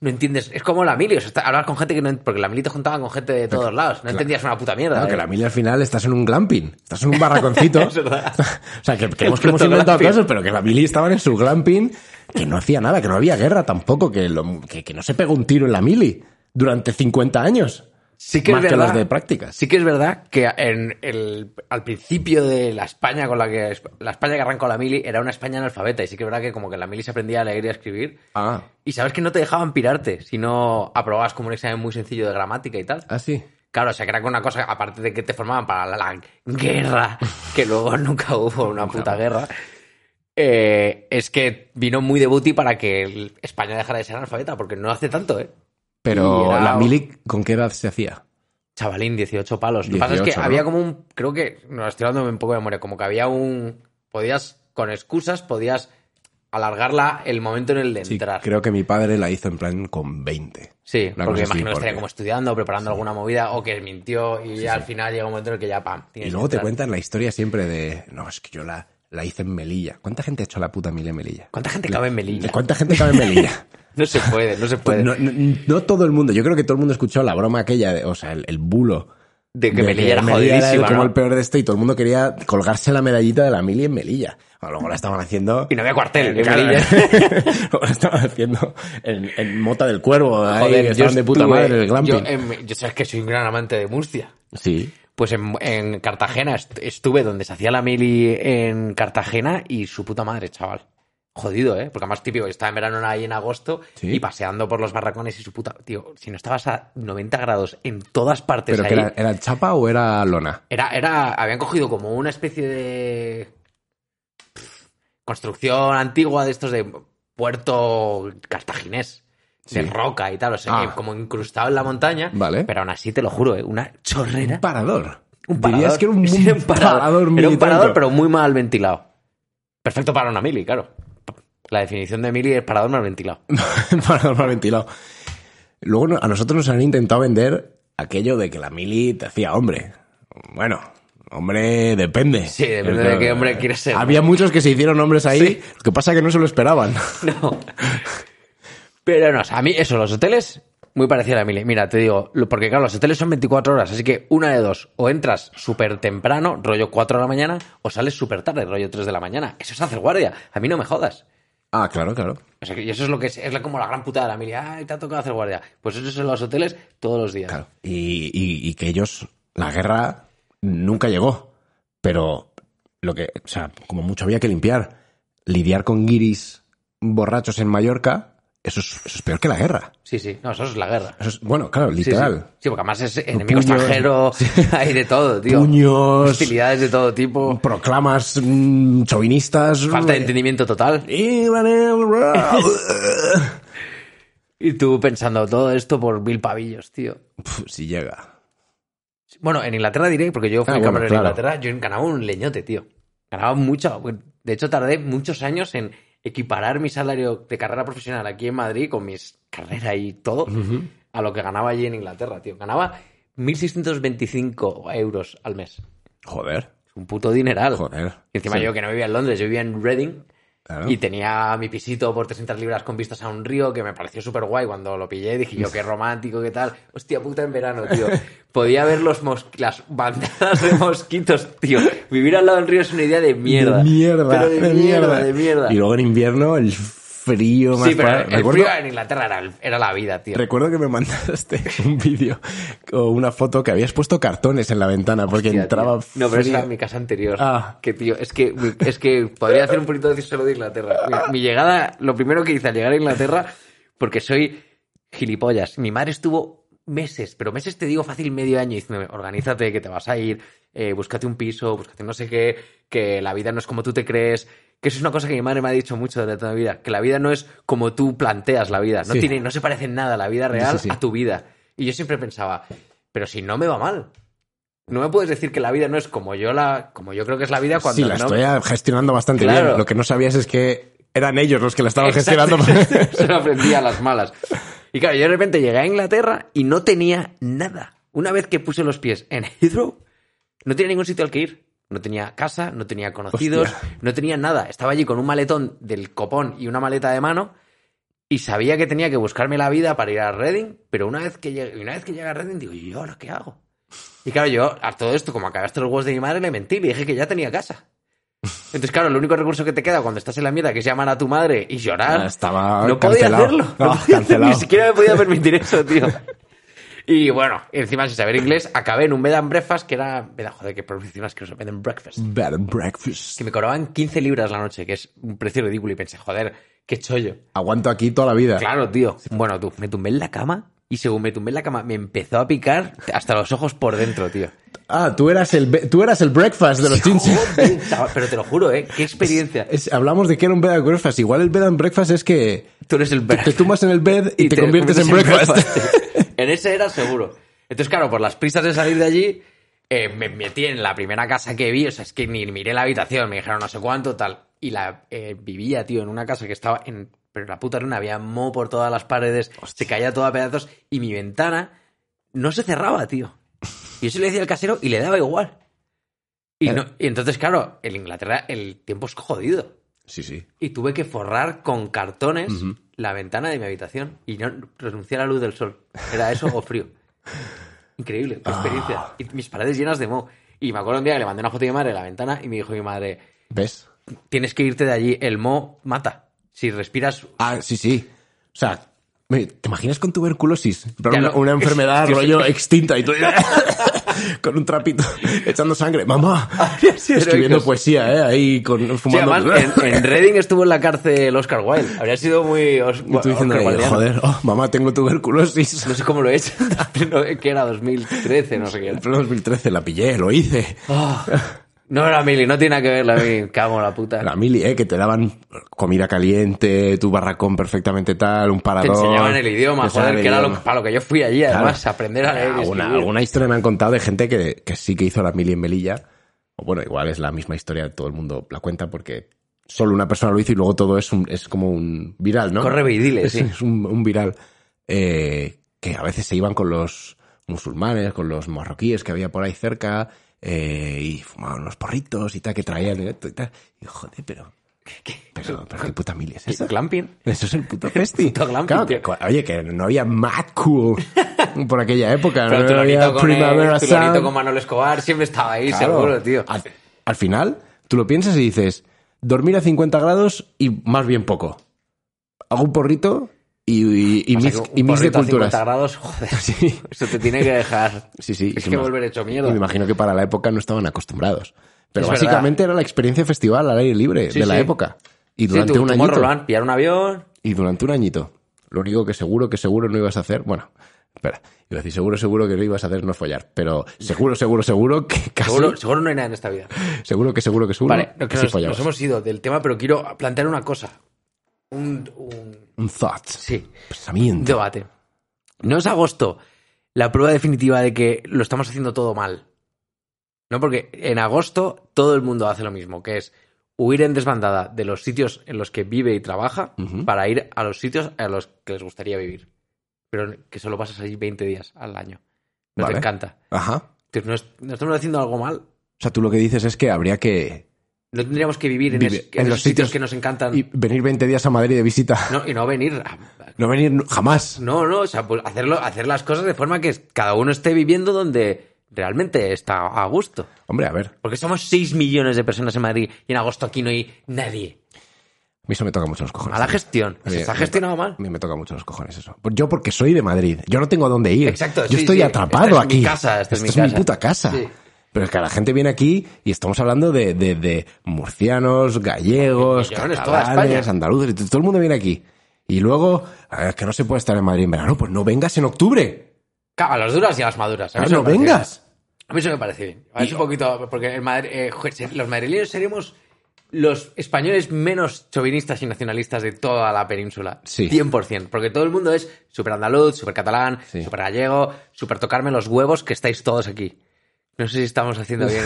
B: No entiendes, es como la mili, o sea, está- hablas con gente que no... en- Porque la mili te juntaban con gente de todos lados, no entendías una puta mierda.
A: Claro,
B: ¿eh?
A: que la mili al final estás en un glamping, estás en un barraconcito.
B: Es verdad.
A: o sea, que, que hemos, que hemos
B: Puto
A: inventado
B: glamping.
A: cosas, pero que la mili estaban en su glamping, que no hacía nada, que no había guerra tampoco, que, lo- que, que no se pegó un tiro en la mili durante 50 años.
B: Sí que
A: más
B: es
A: que
B: verdad.
A: los de prácticas.
B: Sí que es verdad que en el, al principio de la España con la que la España que arrancó la mili era una España analfabeta y sí que es verdad que como que en la mili se aprendía a leer y a escribir
A: Ah,
B: y sabes que no te dejaban pirarte si no aprobabas como un examen muy sencillo de gramática y tal.
A: ah, sí.
B: Claro, o sea que era una cosa aparte de que te formaban para la, la guerra, que luego nunca hubo una puta guerra. eh, es que vino muy de booty para que el- España dejara de ser analfabeta, porque no hace tanto, ¿eh?
A: Pero
B: Y era-
A: la mili, ¿con qué edad se hacía?
B: Chavalín, 18 palos. Lo que pasa es que
A: 18, ¿no?
B: había como un. Creo que. No, estoy dando un poco de memoria. Como que había un. Podías. Con excusas, podías alargarla el momento en el de
A: Sí,
B: entrar. Sí,
A: creo que mi padre la hizo en plan con 20. Una
B: porque
A: cosa así,
B: imagino que estaría
A: porque-
B: como estudiando, preparando alguna movida, o que mintió y al final llega un momento en el que ya, pam.
A: Y
B: tienes
A: luego
B: que
A: te
B: entrar.
A: cuentan la historia siempre de, no, es que yo la, la hice en Melilla. ¿Cuánta gente ha hecho la puta mili en Melilla?
B: ¿Cuánta gente cabe en Melilla?
A: ¿Cuánta gente cabe en Melilla?
B: No se puede, no se puede.
A: Pues No, no- no todo el mundo, yo creo que todo el mundo escuchó la broma aquella, de- o sea, el, el bulo.
B: de que
A: de
B: Melilla era
A: Melilla
B: jodidísima.
A: como
B: ¿no?
A: el peor de este y todo el mundo quería colgarse la medallita de la mili en Melilla. Bueno, luego la estaban haciendo...
B: Y no había cuartel en
A: Claro.
B: Melilla.
A: Luego la estaban haciendo en, en Mota del Cuervo, ahí,
B: Joder,
A: que
B: yo
A: estaban de puta
B: estuve-
A: madre en el glamping.
B: Yo, en- yo sabes que soy un gran amante de Murcia.
A: Sí.
B: Pues en, en Cartagena est- estuve donde se hacía la mili en Cartagena y su puta madre, chaval. Jodido, ¿eh? Porque además típico, yo estaba en verano ahí en agosto
A: Sí.
B: y paseando por los barracones y su puta... Tío, si no estabas a 90 grados en todas partes
A: ¿Pero
B: ahí...
A: que era, era chapa o era lona?
B: Era, era, habían cogido como una especie de pf, construcción antigua de estos de puerto cartaginés, de
A: Sí.
B: roca y tal, o sea,
A: Ah.
B: que como incrustado en la montaña.
A: Vale.
B: Pero aún así, te lo juro, ¿eh? una chorrera.
A: Un parador.
B: Un
A: Dirías
B: parador.
A: que era un,
B: Sí,
A: un parador,
B: Era un
A: militar.
B: parador, pero muy mal ventilado. Perfecto para una mili, claro. La definición de mili es parador mal ventilado.
A: Un parador mal ventilado. Luego no- a nosotros nos han intentado vender aquello de que la mili te hacía hombre. Bueno, hombre depende.
B: Sí, depende de qué hombre quieres ser.
A: Había muchos que se hicieron hombres ahí, lo que pasa que no se lo esperaban.
B: No. Pero no, o sea, a mí eso, los hoteles, muy parecido a la mili. Mira, te digo, lo- porque claro, los hoteles son 24 horas, así que una de dos, o entras súper temprano, rollo 4 de la mañana, o sales súper tarde, rollo 3 de la mañana. Eso es hacer guardia, a mí no me jodas.
A: Ah, claro, claro.
B: O sea, que- y eso es lo que es, es la- como la gran putada de la mili. Ay, te ha tocado hacer guardia. Pues eso es en los hoteles todos los días.
A: claro. Y, y- y que ellos, la guerra nunca llegó. Pero lo que, o sea, como mucho había que limpiar. Lidiar con guiris borrachos en Mallorca Eso es, eso es peor que la guerra.
B: Sí, sí. No, eso es la guerra.
A: Eso es, bueno, claro,
B: Sí, sí.
A: literal.
B: Sí, porque además es enemigo
A: Puños.
B: extranjero, hay de todo, tío.
A: Puños.
B: Hostilidades de todo tipo.
A: Proclamas mm, chauvinistas. eh,
B: Falta de entendimiento total.
A: Y-
B: Y tú pensando todo esto por mil pavillos, tío.
A: Pf, si llega.
B: Bueno, en Inglaterra diré, porque yo fui
A: Ah, bueno,
B: camarero
A: claro.
B: en Inglaterra, yo ganaba un leñote, tío. Ganaba mucho. De hecho, tardé muchos años en equiparar mi salario de carrera profesional aquí en Madrid con mis carreras y todo a lo que ganaba allí en Inglaterra, tío. Ganaba 1.625 euros al mes.
A: Joder,
B: Es un puto dineral.
A: joder.
B: Y encima
A: Sí,
B: yo que no vivía en Londres, yo vivía en Reading
A: claro.
B: y tenía mi pisito por 300 libras con vistas a un río que me pareció súper guay cuando lo pillé. Dije yo, qué romántico, qué tal. Hostia puta, en verano, tío. Podía ver los mos- las bandadas de mosquitos, tío. Vivir al lado del río es una idea de mierda.
A: De mierda,
B: Pero de, mierda, de mierda.
A: Y luego en invierno el frío más
B: sí, pero
A: para-
B: el
A: Recuerdo-
B: frío en Inglaterra era, el- era la vida, tío.
A: Recuerdo que me mandaste un vídeo o una foto que habías puesto cartones en la ventana porque
B: Hostia,
A: entraba
B: tío. No, pero esa
A: frío.
B: era mi casa anterior.
A: Ah.
B: Que tío, es que, es que podría hacer un poquito de solo de Inglaterra. Mi, mi llegada, lo primero que hice al llegar a Inglaterra, porque soy gilipollas. Mi madre estuvo meses, pero meses te digo fácil medio año diciéndome, organízate, que te vas a ir, eh, búscate un piso, búscate no sé qué, que la vida no es como tú te crees. Que eso es una cosa que mi madre me ha dicho mucho durante toda mi vida, que la vida no es como tú planteas la vida, no,
A: Sí.
B: tiene, no se parece en nada la vida real
A: sí.
B: a tu vida. Y yo siempre pensaba, pero si no me va mal, no me puedes decir que la vida no es como yo la como yo creo que es la vida cuando
A: Sí, la
B: no
A: estoy gestionando bastante
B: Claro.
A: bien. Lo que no sabías es que eran ellos los que la estaban
B: Exacto.
A: gestionando.
B: se lo aprendí a las malas. Y claro, yo de repente llegué a Inglaterra y no tenía nada. Una vez que puse los pies en Heathrow, no tenía ningún sitio al que ir. No tenía casa, no tenía conocidos, no tenía nada. Estaba allí con un maletón del copón y una maleta de mano y sabía que tenía que buscarme la vida para ir a Reading, pero una vez que llegué, una vez que llegué a Reading digo, ¿y yo ahora qué hago? Y claro, yo a todo esto, como acabaste los huevos de mi madre, le mentí, le dije que ya tenía casa. Entonces, claro, el único recurso que te queda cuando estás en la mierda, que es llamar a tu madre y
A: Ah,
B: llorar,
A: Estaba
B: no podía
A: cancelado.
B: hacerlo.
A: No,
B: No podía hacer-
A: cancelado.
B: ni siquiera me podía permitir eso, tío. Y bueno, encima sin saber inglés, acabé en un bed and breakfast que era... me da- Joder, qué pronunciación más que bed and breakfast.
A: Bed and breakfast.
B: Que me cobraban 15 libras la noche, que es un precio ridículo. Y pensé, joder, qué chollo.
A: Aguanto aquí toda la vida.
B: Claro, tío. Bueno, tú, me tumbé en la cama y según me tumbé en la cama me empezó a picar hasta los ojos por dentro, tío.
A: Ah, tú eras el be- tú eras el breakfast de los chinches.
B: Joder, chaval, pero te lo juro, ¿eh? Qué experiencia.
A: Es- hablamos de que era un bed and breakfast. Igual el bed and breakfast es que
B: Tú eres el
A: te tumbas en el bed y, te, conviertes, en breakfast.
B: breakfast. en ese era seguro. Entonces, claro, por las prisas de salir de allí, eh, me metí en la primera casa que vi. O sea, es que ni miré la habitación, me dijeron no sé cuánto, tal. Y la eh, vivía, tío, en una casa que estaba en. Pero la puta luna, había moho por todas las paredes, se caía todo a pedazos y mi ventana no se cerraba, tío. Y eso le decía al casero y le daba igual. Y, no- y entonces, claro, en Inglaterra el tiempo es jodido
A: sí, sí.
B: y tuve que forrar con cartones la ventana de mi habitación y no renuncié a la luz del sol. Era eso o frío. Increíble, qué experiencia.
A: Ah.
B: Y mis paredes llenas de moho. Y me acuerdo un día que le mandé una foto a mi madre a la ventana y me dijo mi madre,
A: ¿Ves?
B: tienes que irte de allí, el moho mata. Si respiras...
A: Ah, sí, sí. O sea, me- ¿te imaginas con tuberculosis? Pero
B: Ya
A: una,
B: lo-
A: una enfermedad
B: Yo sé.
A: rollo extinta y tú con un trapito echando sangre. Mamá,
B: Ah, sí,
A: escribiendo
B: heroicos.
A: poesía, ¿eh? Ahí con,
B: Sí,
A: fumando.
B: además, en, en Reading estuvo en la cárcel Oscar Wilde. Habría sido muy... Os-
A: Y tú diciendo,
B: Oscar Wildeano.
A: joder, oh, mamá, tengo tuberculosis.
B: No sé cómo lo he hecho. No, que era 2013, no sé qué era.
A: En pleno 2013 la pillé, lo hice.
B: Ah, No era Mili, no tiene nada que ver la Mili. Cago en la puta.
A: La mili, ¿eh? Que te daban comida caliente, tu barracón perfectamente tal, un
B: Te
A: parador.
B: enseñaban el idioma,
A: Te enseñaban
B: joder,
A: el
B: que era lo,
A: idioma.
B: para lo que yo fui allí,
A: Claro.
B: además, aprender a leer. y
A: Alguna,
B: escribir.
A: alguna historia me han contado de gente que, que sí que hizo la mili en Melilla. O bueno, igual es la misma historia, todo el mundo la cuenta porque solo una persona lo hizo y luego todo es, un- es como un viral, ¿no?
B: Corre y dile,
A: Es,
B: sí.
A: es un, un viral. eh, que a veces se iban con los musulmanes, con los marroquíes que había por ahí cerca, eh, y fumaban unos porritos y tal, que traían y tal. Y joder, pero. Pero, pero qué puta mili es
B: ¿Eso
A: esa.
B: es glamping?
A: Eso es el puto festi.
B: Puto glamping,
A: Claro, que-
B: tío.
A: oye, que no había Macu por aquella época.
B: Pero
A: no
B: Tulonito
A: había
B: con, el-
A: Primavera
B: Tulonito
A: Sound.
B: con Manuel Escobar siempre estaba ahí,
A: Claro.
B: seguro, tío.
A: Al, al final, tú lo piensas y dices, dormir a 50 grados y más bien poco. Hago un porrito y, y, y
B: O sea,
A: mix,
B: que un
A: y mix de
B: porrito a 50
A: culturas.
B: grados, joder,
A: Sí.
B: eso te tiene que dejar.
A: Sí, sí. y
B: Es
A: se
B: que
A: me-
B: volver hecho
A: y
B: mierda.
A: me imagino que para la época no estaban acostumbrados. Pero
B: Es
A: básicamente era la experiencia festival al aire libre
B: Sí,
A: de la
B: sí.
A: época. Y
B: Sí,
A: durante
B: tú,
A: un
B: tú
A: añito.
B: Morro, Loan, pillar un avión,
A: Y durante un añito. Lo único que seguro, que seguro no ibas a hacer, bueno, espera, iba a decir seguro, seguro que no ibas a hacer no es follar, pero seguro, seguro, seguro que casi,
B: Seguro,
A: seguro,
B: seguro no hay nada en esta vida.
A: que seguro ¿Ah, que seguro,
B: Vale, no, que
A: sí
B: nos,
A: follabas.
B: nos hemos ido del tema, pero quiero plantear una cosa. Un, un-
A: Un thought,
B: sí, un
A: pensamiento.
B: debate. No es agosto la prueba definitiva de que lo estamos haciendo todo mal. No, porque en agosto todo el mundo hace lo mismo, que es huir en desbandada de los sitios en los que vive y trabaja
A: Ujú.
B: para ir a los sitios a los que les gustaría vivir. Pero que solo pasas allí 20 días al año. No
A: Vale.
B: te encanta.
A: Ajá. O
B: Entonces, ¿no, es- no estamos haciendo algo mal.
A: sea, tú lo que dices es que habría que
B: No tendríamos que vivir en,
A: Vive-
B: es- en
A: en
B: esos
A: los
B: sitios,
A: sitios-
B: que nos encantan.
A: y venir 20 días a Madrid de visita.
B: No, y no venir. a-
A: No venir nu- jamás.
B: No, no, o sea, pues hacerlo, hacer las cosas de forma que cada uno esté viviendo donde realmente está a gusto.
A: Hombre, a ver, a
B: Porque somos 6 millones de personas en Madrid y en agosto aquí no hay nadie.
A: mí eso me toca mucho los cojones.
B: Mala gestión.
A: Pues A mí-
B: Se Pues está
A: me-
B: gestionado mal.
A: A mí me toca mucho los cojones eso. Pues Yo porque soy de Madrid. Yo no tengo a dónde ir.
B: Exacto,
A: Yo
B: sí,
A: estoy
B: sí.
A: atrapado
B: Esta es mi
A: aquí.
B: casa, esta es mi casa.
A: puta casa.
B: Sí.
A: Pero es que la gente viene aquí y estamos hablando de, de- de murcianos, gallegos,
B: Millones, toda
A: catalanes,
B: España.
A: andaluces. y t- Todo el mundo viene aquí. Y luego, ah, es que no se puede estar en Madrid en verano. Pues no vengas en octubre.
B: Caga, a las duras y a las maduras. A mí
A: Ah,
B: eso
A: no
B: me parece
A: vengas.
B: bien. A mí eso me parece bien. Es un poquito. Porque el Madri- eh, joder, se- los madrileños seremos los españoles menos chauvinistas y nacionalistas de toda la península.
A: Sí.
B: 100%. Porque todo el mundo es súper andaluz, súper catalán,
A: Sí.
B: súper gallego, súper tocarme los huevos que estáis todos aquí. No sé si estamos haciendo bien.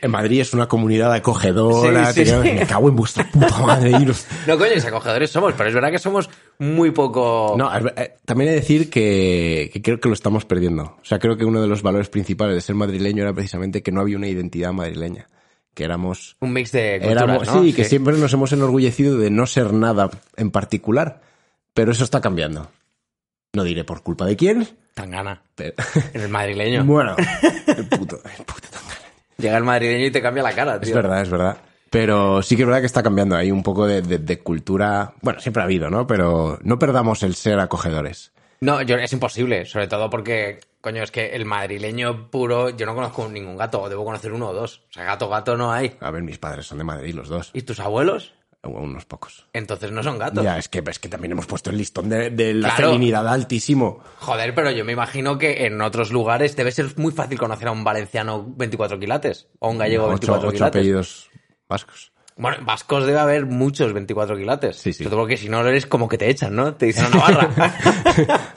A: En Madrid es una comunidad acogedora.
B: Sí, sí,
A: tío,
B: sí.
A: Me cago en vuestra puta madre. y los-
B: no, coño, acogedores somos, pero es verdad que somos muy poco.
A: No, es ver- eh, también he de decir que, que creo que lo estamos perdiendo. O sea, creo que uno de los valores principales de ser madrileño era precisamente que no había una identidad madrileña. Que éramos.
B: Un mix de culturas,
A: éramos-
B: ¿no?
A: Sí, que siempre nos hemos enorgullecido de no ser nada en particular. Pero eso está cambiando. No diré por culpa de quién,
B: Tangana.
A: pero.
B: Eres madrileño.
A: bueno, el puto, el puto tanga.
B: Llega el madrileño y te cambia la cara, tío.
A: Es verdad, es verdad. Pero sí que es verdad que está cambiando ahí un poco de, de- de cultura. Bueno, siempre ha habido, ¿no? Pero no perdamos el ser acogedores.
B: No, yo, es imposible, sobre todo porque, coño, es que el madrileño puro, yo no conozco ningún gato, o debo conocer uno o dos. O sea, gato, gato no hay.
A: A ver, mis padres son de Madrid, los dos.
B: ¿Y tus abuelos?
A: O unos pocos.
B: Entonces no son gatos.
A: Ya, es que, es que también hemos puesto el listón de, de la
B: Claro.
A: feminidad altísimo.
B: Joder, pero yo me imagino que en otros lugares debe ser muy fácil conocer a un valenciano 24 quilates o un gallego
A: Ocho,
B: 24
A: ocho
B: quilates.
A: apellidos vascos.
B: Bueno, en vascos debe haber muchos 24 quilates.
A: Sí, sí.
B: Sobre todo porque si no lo eres como que te echan, ¿no? Te dicen a Navarra.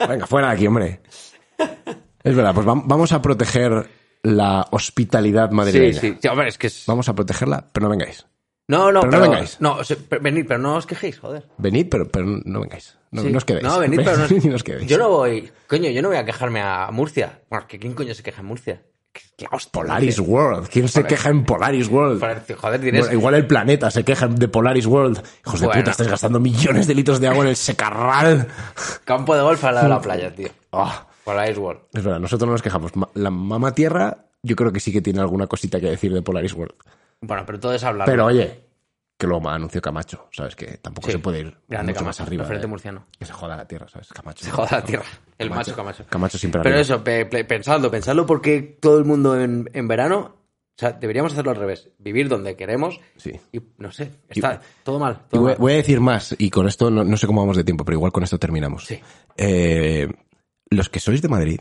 A: Venga, fuera de aquí, hombre. Es verdad, pues vam- vamos a proteger la hospitalidad
B: sí,
A: madrileña.
B: sí, sí. Hombre, es que es...
A: Vamos a protegerla, pero no vengáis.
B: No, no,
A: Pero no
B: pero...
A: vengáis.
B: no, o sea, pero venid, pero no os quejéis, joder.
A: Venid, pero, pero no vengáis. No,
B: Sí.
A: no os quedéis.
B: No, venid, pero no,
A: Ni os quedéis.
B: Yo no voy. Coño, yo no voy a quejarme a Murcia. Bueno, ¿que ¿quién coño se queja en Murcia? Que- que la hostia,
A: Polaris
B: que-
A: World. ¿Quién se queja en Polaris World?
B: Polaris, Joder, diré.
A: Bueno, igual el planeta se queja de Polaris World. Hijos de
B: Bueno.
A: puta, estáis gastando millones de litros de agua en el secarral.
B: Campo de golf al lado de la playa, tío.
A: Ah.
B: Polaris World.
A: Es verdad, nosotros no nos quejamos. Ma- La mamá tierra, yo creo que sí que tiene alguna cosita que decir de Polaris World.
B: Bueno, pero todo es hablar.
A: Pero oye, que luego me anunció Camacho, ¿sabes? Que tampoco
B: Sí.
A: se puede ir
B: Grande
A: mucho más
B: Camacho,
A: arriba.
B: referente
A: eh.
B: murciano.
A: Que se joda la tierra, ¿sabes? Camacho.
B: Se joda la tierra. El macho Camacho.
A: Camacho siempre
B: Pero
A: arriba.
B: eso, pe- pe- pensadlo, pensadlo porque todo el mundo en, en verano. O sea, deberíamos hacerlo al revés. Vivir donde queremos.
A: Sí.
B: Y no sé, está todo mal.
A: Y
B: todo
A: voy,
B: mal.
A: voy a decir más, y con esto no, no sé cómo vamos de tiempo, pero igual con esto terminamos.
B: Sí.
A: Eh, los que sois de Madrid,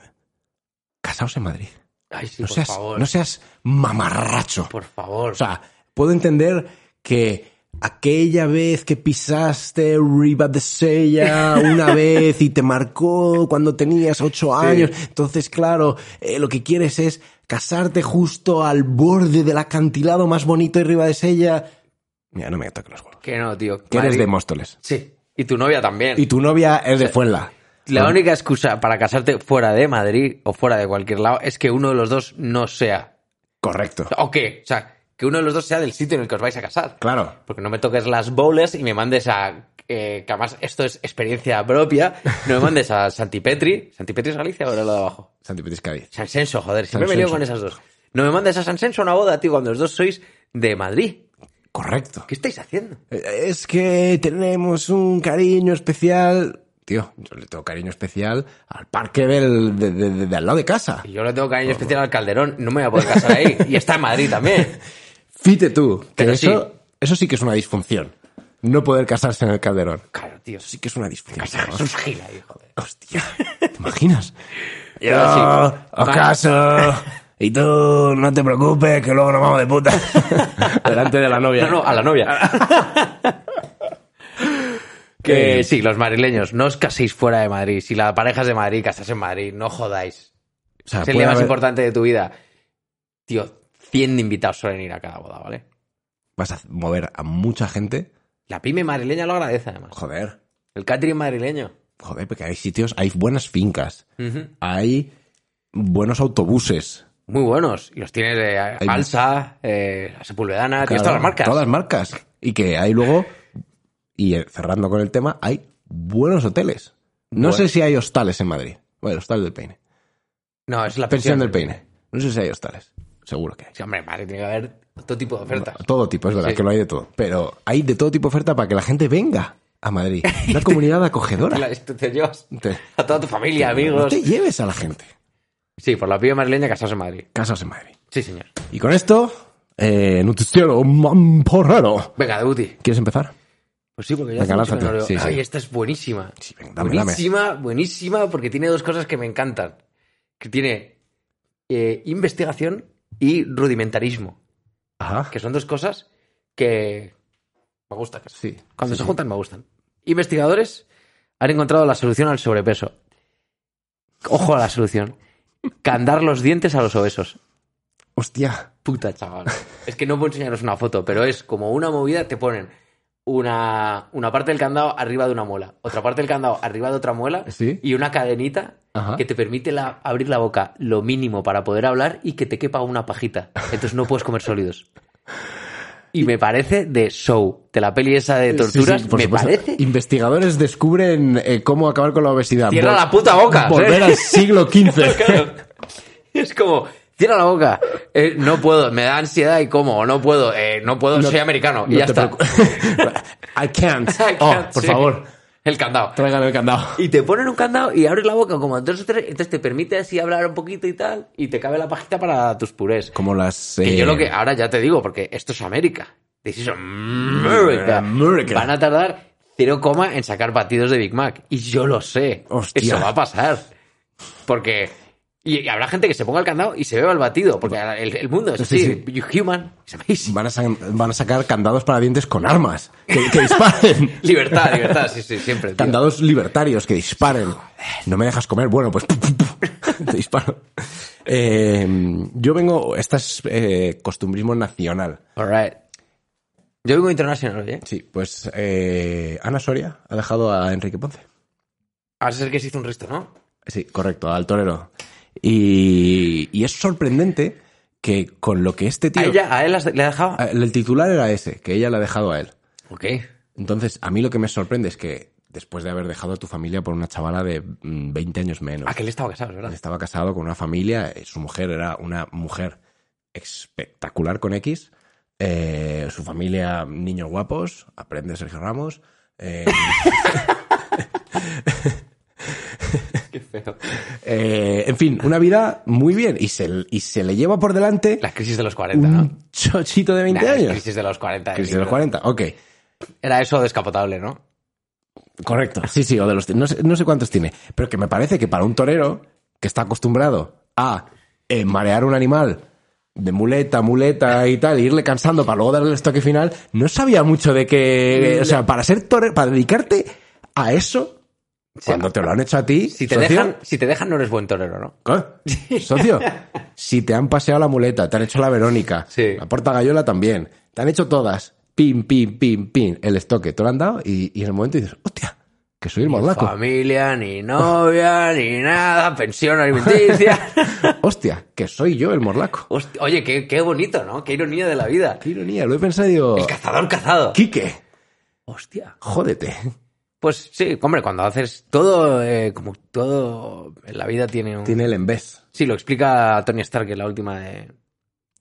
A: casaos en Madrid.
B: Ay, sí,
A: No
B: por
A: seas,
B: favor.
A: no seas mamarracho.
B: Por favor.
A: O sea, puedo entender que aquella vez que pisaste Riva de Sella una vez y te marcó cuando tenías ocho años, entonces claro, eh, lo que quieres es casarte justo al borde del acantilado más bonito de Riva de Sella. Mira, no me toques los huevos.
B: que no, tío.
A: Que eres
B: Madrid-
A: de Móstoles.
B: Sí. Y tu novia también.
A: Y tu novia es de Fuenla.
B: La única excusa para casarte fuera de Madrid o fuera de cualquier lado es que uno de los dos no sea.
A: Correcto.
B: ¿O qué? O sea, que uno de los dos sea del sitio en el que os vais a casar.
A: Claro.
B: Porque no me toques las bowls y me mandes a. eh, que además esto es experiencia propia. No me mandes a Santipetri. ¿Santipetri es Galicia o era lo de abajo?
A: Santipetis Cádiz.
B: Sansenso, joder. Siempre me lío
A: Sansenso.
B: con esas dos. No me mandes a Sansenso a una boda, tío, cuando los dos sois de Madrid.
A: Correcto.
B: ¿Qué estáis haciendo?
A: Es que tenemos un cariño especial. Tío, yo le tengo cariño especial al parque del, de, de- de- de al lado de casa.
B: Y Yo le tengo cariño especial al Calderón. No me voy a poder casar ahí. Y está en Madrid también.
A: Fíjate tú, que
B: Pero
A: eso, eso sí que es una disfunción. no poder casarse en el Calderón.
B: Claro, tío. Sí.
A: Sí que es una disfunción.
B: Jesús Gila, hijo de...
A: Hostia, ¿te imaginas? Oh, Yo,
B: Pero sí.
A: os caso. Y tú, no te preocupes, que luego nos vamos de puta. Delante de la novia.
B: No, no, a la novia. que sí, los madrileños, no os caséis fuera de Madrid. Si la pareja es de Madrid, casarse en Madrid, no jodáis.
A: O sea,
B: es
A: Ah,
B: el
A: puede
B: día más
A: haber-
B: importante de tu vida. Tío, 100 invitados suelen ir a cada boda, ¿vale?
A: Vas a mover a mucha gente.
B: La pyme madrileña lo agradece, además.
A: Joder,
B: El catering madrileño.
A: joder, porque hay sitios, hay buenas fincas,
B: Ujú.
A: hay buenos autobuses.
B: Muy buenos. Y los tienes de
A: Hay-
B: Alsa, eh, la Sepulvedana,
A: Claro,
B: tienes todas las marcas.
A: Todas las marcas. Y que hay luego, y eh, cerrando con el tema, hay buenos hoteles. No
B: Bueno.
A: sé si hay hostales en Madrid. Bueno, hostal del peine.
B: No, es la
A: Pensión del peine. No sé si hay hostales. Seguro que hay.
B: Sí, hombre, en Madrid tiene que haber todo tipo de ofertas.
A: Todo tipo, es verdad
B: Sí.
A: que lo hay de todo. Pero hay de todo tipo de oferta para que la gente venga a Madrid. Una comunidad acogedora.
B: La- Te, te llevas
A: Te-
B: a toda tu familia,
A: no
B: amigos.
A: te lleves a la gente.
B: Sí, por la pyme madrileña casarse en Madrid.
A: Casas en Madrid.
B: Sí, señor.
A: Y con esto, eh, noticiero mamporrero.
B: Venga, Debuti.
A: ¿Quieres empezar?
B: Pues sí, porque ya
A: Venga,
B: hace mucho
A: lánzate.
B: que no leo.
A: Sí, sí.
B: Ay, esta es buenísima.
A: Sí, venga, dame, dame.
B: buenísima, buenísima, porque tiene dos cosas que me encantan. Que tiene eh, investigación y rudimentarismo.
A: Ajá.
B: Que son dos cosas que me gustan. que
A: Sí.
B: Cuando
A: Sí,
B: se
A: sí.
B: juntan, me gustan. Investigadores han encontrado la solución al sobrepeso. Ojo a la solución. Candar los dientes a los obesos.
A: Hostia.
B: Puta, chaval. Es que no puedo enseñaros una foto, pero es como una movida, te ponen una, una parte del candado arriba de una muela, otra parte del candado arriba de otra muela
A: Sí.
B: y una cadenita
A: Ajá.
B: que te permite la- abrir la boca lo mínimo para poder hablar y que te quepa una pajita. Entonces no puedes comer sólidos. Y me parece de show, de la peli esa de torturas,
A: Sí, sí, por
B: me
A: supuesto.
B: parece
A: Investigadores descubren eh, cómo acabar con la obesidad.
B: Cierra
A: Vol-
B: la puta boca,
A: Volver
B: ¿eh?
A: al siglo XV.
B: Claro. Es como, cierra la boca. Eh, no puedo, me da ansiedad y como, no puedo, eh, no puedo, soy americano. y
A: No
B: ya
A: te
B: está.
A: preocu- I can't.
B: I
A: Oh,
B: can't
A: por
B: see.
A: favor,
B: El candado.
A: tráigan el candado.
B: Y te ponen un candado y abres la boca como a dos o tres, entonces te permite así hablar un poquito y tal, y te cabe la pajita para tus purés.
A: Como las.
B: Que
A: eh,
B: yo lo que ahora ya te digo, porque esto es América. This is America.
A: America.
B: Van a tardar cero coma en sacar batidos de Big Mac. Y yo lo sé.
A: Hostia.
B: Eso va a pasar. Porque. Y, y habrá gente que se ponga el candado y se beba el batido. Porque el, el mundo es
A: Sí,
B: así. You human. It's amazing.
A: Van a, sa- van a sacar candados para dientes con armas. Que, que disparen.
B: Libertad, libertad. Sí, sí, siempre. tío.
A: candados libertarios que disparen. No me dejas comer. Bueno, pues. puf, puf, puf, te disparo. Eh, yo vengo. Este es eh, costumbrismo nacional.
B: All right. Yo vengo internacional, oye.
A: Sí, pues eh, Ana Soria ha dejado a Enrique Ponce.
B: Ahora es el que se hizo un resto, ¿no?
A: Sí, correcto, al torero. Y, y es sorprendente que con lo que este tío...
B: A ella, a él has- le ha dejado.
A: Ah, El titular era ese, que ella le ha dejado a él.
B: Ok.
A: Entonces, a mí lo que me sorprende es que después de haber dejado a tu familia por una chavala de mm, 20 años menos,
B: A que él estaba casado, es ¿verdad?
A: estaba casado con una familia, eh, su mujer era una mujer espectacular con X, eh, su familia niños guapos, aprende Sergio Ramos. eh,
B: Qué feo.
A: eh, en fin, una vida muy bien. Y se, y se le lleva por delante
B: Las crisis de los 40, ¿no?
A: un chochito de 20
B: Nah, las
A: años.
B: Crisis de los 40.
A: Crisis de los 40, ok.
B: Era eso descapotable, ¿no?
A: Correcto. Sí, sí, o de los. No sé, no sé cuántos tiene. Pero que me parece que para un torero que está acostumbrado a eh, marear un animal de muleta, muleta y tal, e irle cansando para luego darle el estoque final, no sabía mucho de que. O sea, para ser torero, para dedicarte a eso, cuando te lo han hecho a ti.
B: Si te,
A: socio,
B: dejan, si te dejan, no eres buen torero, ¿no?
A: ¿Eh? Socio, si te han paseado la muleta, te han hecho la Verónica,
B: Sí.
A: la Porta Gallola también, te han hecho todas, pin, pin, pin, pin, el estoque, te lo han dado y, y en el momento dices, hostia, que soy el morlaco.
B: Familia, ni novia, ni nada, pensión alimenticia.
A: Hostia, que soy yo el morlaco.
B: Hostia, oye, qué, qué bonito, ¿no? Qué ironía de la vida.
A: Qué ironía, lo he pensado y digo,
B: El cazador cazado.
A: Quique,
B: Hostia.
A: jódete.
B: Pues sí, hombre, cuando haces todo, eh, como todo en la vida tiene un...
A: Tiene el embés.
B: Sí, lo explica Tony Stark en la última de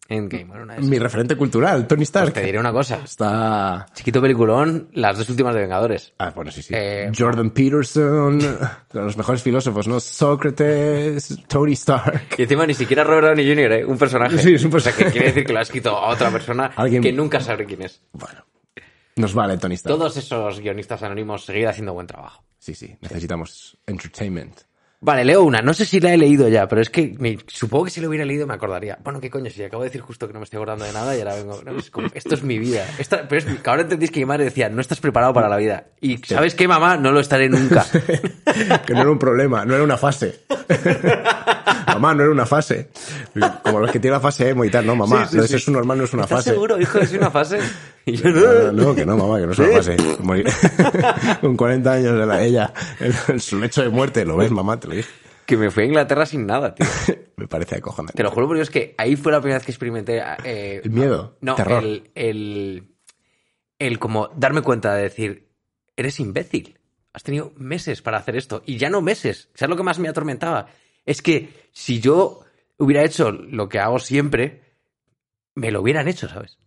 B: Endgame. Bueno, una de esas.
A: Mi referente cultural, Tony Stark.
B: Pues Te diré una cosa.
A: Está...
B: Chiquito peliculón, las dos últimas de Vengadores.
A: Ah, bueno, sí, sí.
B: Eh,
A: Jordan Peterson, los mejores filósofos, ¿no? Sócrates, Tony Stark.
B: Y encima ni siquiera Robert Downey Jr., ¿eh? un personaje.
A: Sí, es un
B: O sea, que quiere decir que lo ha escrito a otra persona
A: Alguien-
B: que nunca sabré quién es.
A: Bueno. Nos vale, Tony Stark.
B: Todos esos guionistas anónimos seguir haciendo buen trabajo.
A: Sí, sí, necesitamos entertainment.
B: Vale, leo una. No sé si la he leído ya, pero es que me- supongo que si la hubiera leído me acordaría. Bueno, qué coño, si acabo de decir justo que no me estoy acordando de nada y ahora vengo. no, es como, esto es mi vida. Esta- pero es que ahora entendéis que mi madre decía, no estás preparado para la vida. Y ¿sabes qué, mamá? No lo estaré nunca.
A: Que no era un problema, no era una fase. mamá, no era una fase. Como los que tienen la fase emo y tal, no, mamá.
B: Sí, sí,
A: no,
B: sí.
A: eso es un normal, no es una
B: ¿Estás
A: fase.
B: seguro, hijo? ¿Es una fase? Y yo,
A: No, no, que no, mamá, que no es una fase. Morir- Con 40 años de la, ella, en, en su lecho de muerte, lo ves, mamá, te lo dije.
B: que me fui a Inglaterra sin nada, tío.
A: Me parece acojonante.
B: Te lo juro por Dios que ahí fue la primera vez que experimenté. eh,
A: El miedo,
B: No,
A: terror.
B: El, el. el como darme cuenta de decir, eres imbécil. Has tenido meses para hacer esto. Y ya no meses. ¿Sabes lo que más me atormentaba? Es que si yo hubiera hecho lo que hago siempre, me lo hubieran hecho, ¿sabes?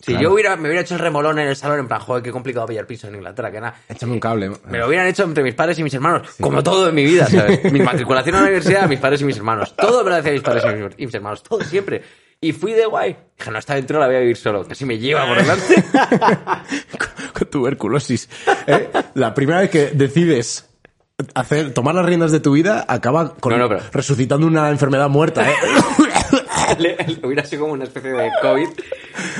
B: Si
A: Claro.
B: yo hubiera, me hubiera hecho el remolón en el salón, en plan, joder, qué complicado pillar piso en Inglaterra, que nada.
A: Échame un cable.
B: Me lo hubieran hecho entre mis padres y mis hermanos, como todo en mi vida, ¿sabes? Mi matriculación a la universidad, mis padres y mis hermanos. Todo me lo decían mis padres y mis- y mis hermanos, todo siempre. Y fui de guay. Dije, no, está dentro, la voy a vivir solo. Casi me lleva por delante.
A: con tuberculosis. ¿eh? La primera vez que decides hacer, tomar las riendas de tu vida, acaba con,
B: No, no, pero-
A: resucitando una enfermedad muerta. ¿eh?
B: Le- le Hubiera sido como una especie de COVID.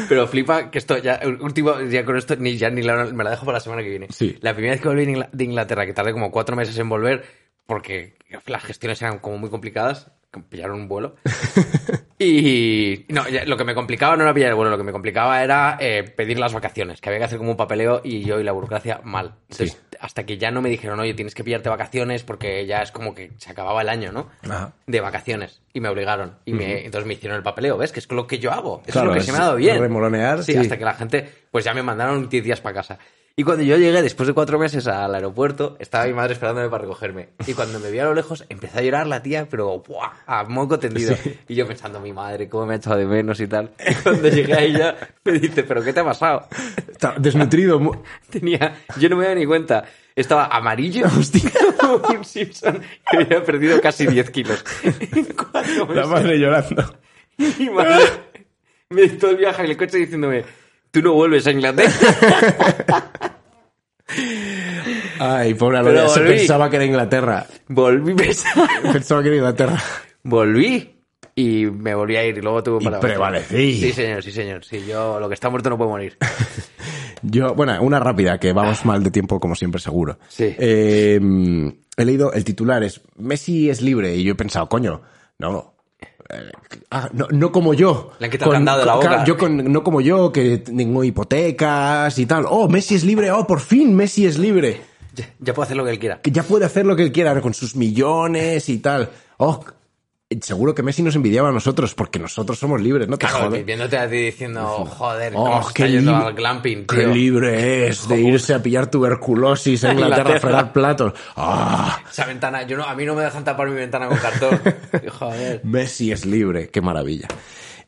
B: Pero flipa que esto ya, último, ya con esto ni, ya ni la- me la dejo para la semana que viene.
A: Sí.
B: La primera vez que volví de Ingla- de Inglaterra, que tardé como cuatro meses en volver, porque las gestiones eran como muy complicadas, que pillaron un vuelo. Y no, ya- lo que me complicaba no era pillar el vuelo, lo que me complicaba era eh, pedir las vacaciones, que había que hacer como un papeleo y yo y la burocracia mal. Entonces, hasta que ya no me dijeron, oye, tienes que pillarte vacaciones porque ya es como que se acababa el año, ¿no?
A: Ajá.
B: De vacaciones. Y me obligaron. Y me, entonces me hicieron el papeleo, ¿ves? Que es lo que yo hago. Eso
A: Claro,
B: es lo que
A: es
B: se me ha dado bien.
A: remolonear,
B: Sí,
A: sí.
B: hasta que la gente, pues ya me mandaron 10 días para casa. Y cuando yo llegué, después de cuatro meses al aeropuerto, estaba mi madre esperándome para recogerme. Y cuando me vi a lo lejos, empezó a llorar la tía, pero ¡buah! a moco tendido. Y yo pensando, mi madre, cómo me ha echado de menos y tal. Y cuando llegué a ella, me dice, ¿pero qué te ha pasado?
A: Está desnutrido. mu-
B: Tenía, yo no me daba ni cuenta. Estaba amarillo, hostia, como un Simpson, que había perdido casi 10 kilos. En cuatro
A: La
B: meses.
A: madre llorando.
B: Mi madre me hizo todo el viaje en el coche diciéndome, tú no vuelves a Inglaterra.
A: Ay, pobre
B: Pero
A: Aloria, se
B: volví.
A: pensaba que era Inglaterra.
B: Volví, pesa-
A: Pensaba que era Inglaterra.
B: volví y me volví a ir y luego tuve
A: Y
B: para...
A: prevalecí.
B: Sí, señor, sí, señor. Sí, yo, lo que está muerto no puede morir.
A: Yo, bueno, una rápida, que vamos mal de tiempo, como siempre, seguro.
B: Ah. Sí.
A: Eh, mm, he leído, el titular es Messi es libre, y yo he pensado, coño, no. eh, ah, no, no como yo.
B: Le han quitado el candado de la
A: claro,
B: boca.
A: Yo con- no como yo, que tengo hipotecas y tal. Oh, Messi es libre, oh, por fin Messi es libre.
B: Ya, ya puedo hacer lo que él quiera.
A: Que ya puede hacer lo que él quiera con sus millones y tal. Oh, seguro que Messi nos envidiaba a nosotros porque nosotros somos libres, ¿no? Te
B: Claro,
A: jodes.
B: viéndote a ti diciendo, joder,
A: Oh,
B: cómo se está
A: qué
B: yendo
A: lib-
B: al glamping,
A: qué
B: tío.
A: libre es de irse a pillar tuberculosis a Inglaterra a
B: Inglaterra.
A: fregar platos. ¡Ah!
B: Esa ventana, yo no, a mí no me dejan tapar mi ventana con cartón. Joder.
A: Messi es libre, qué maravilla.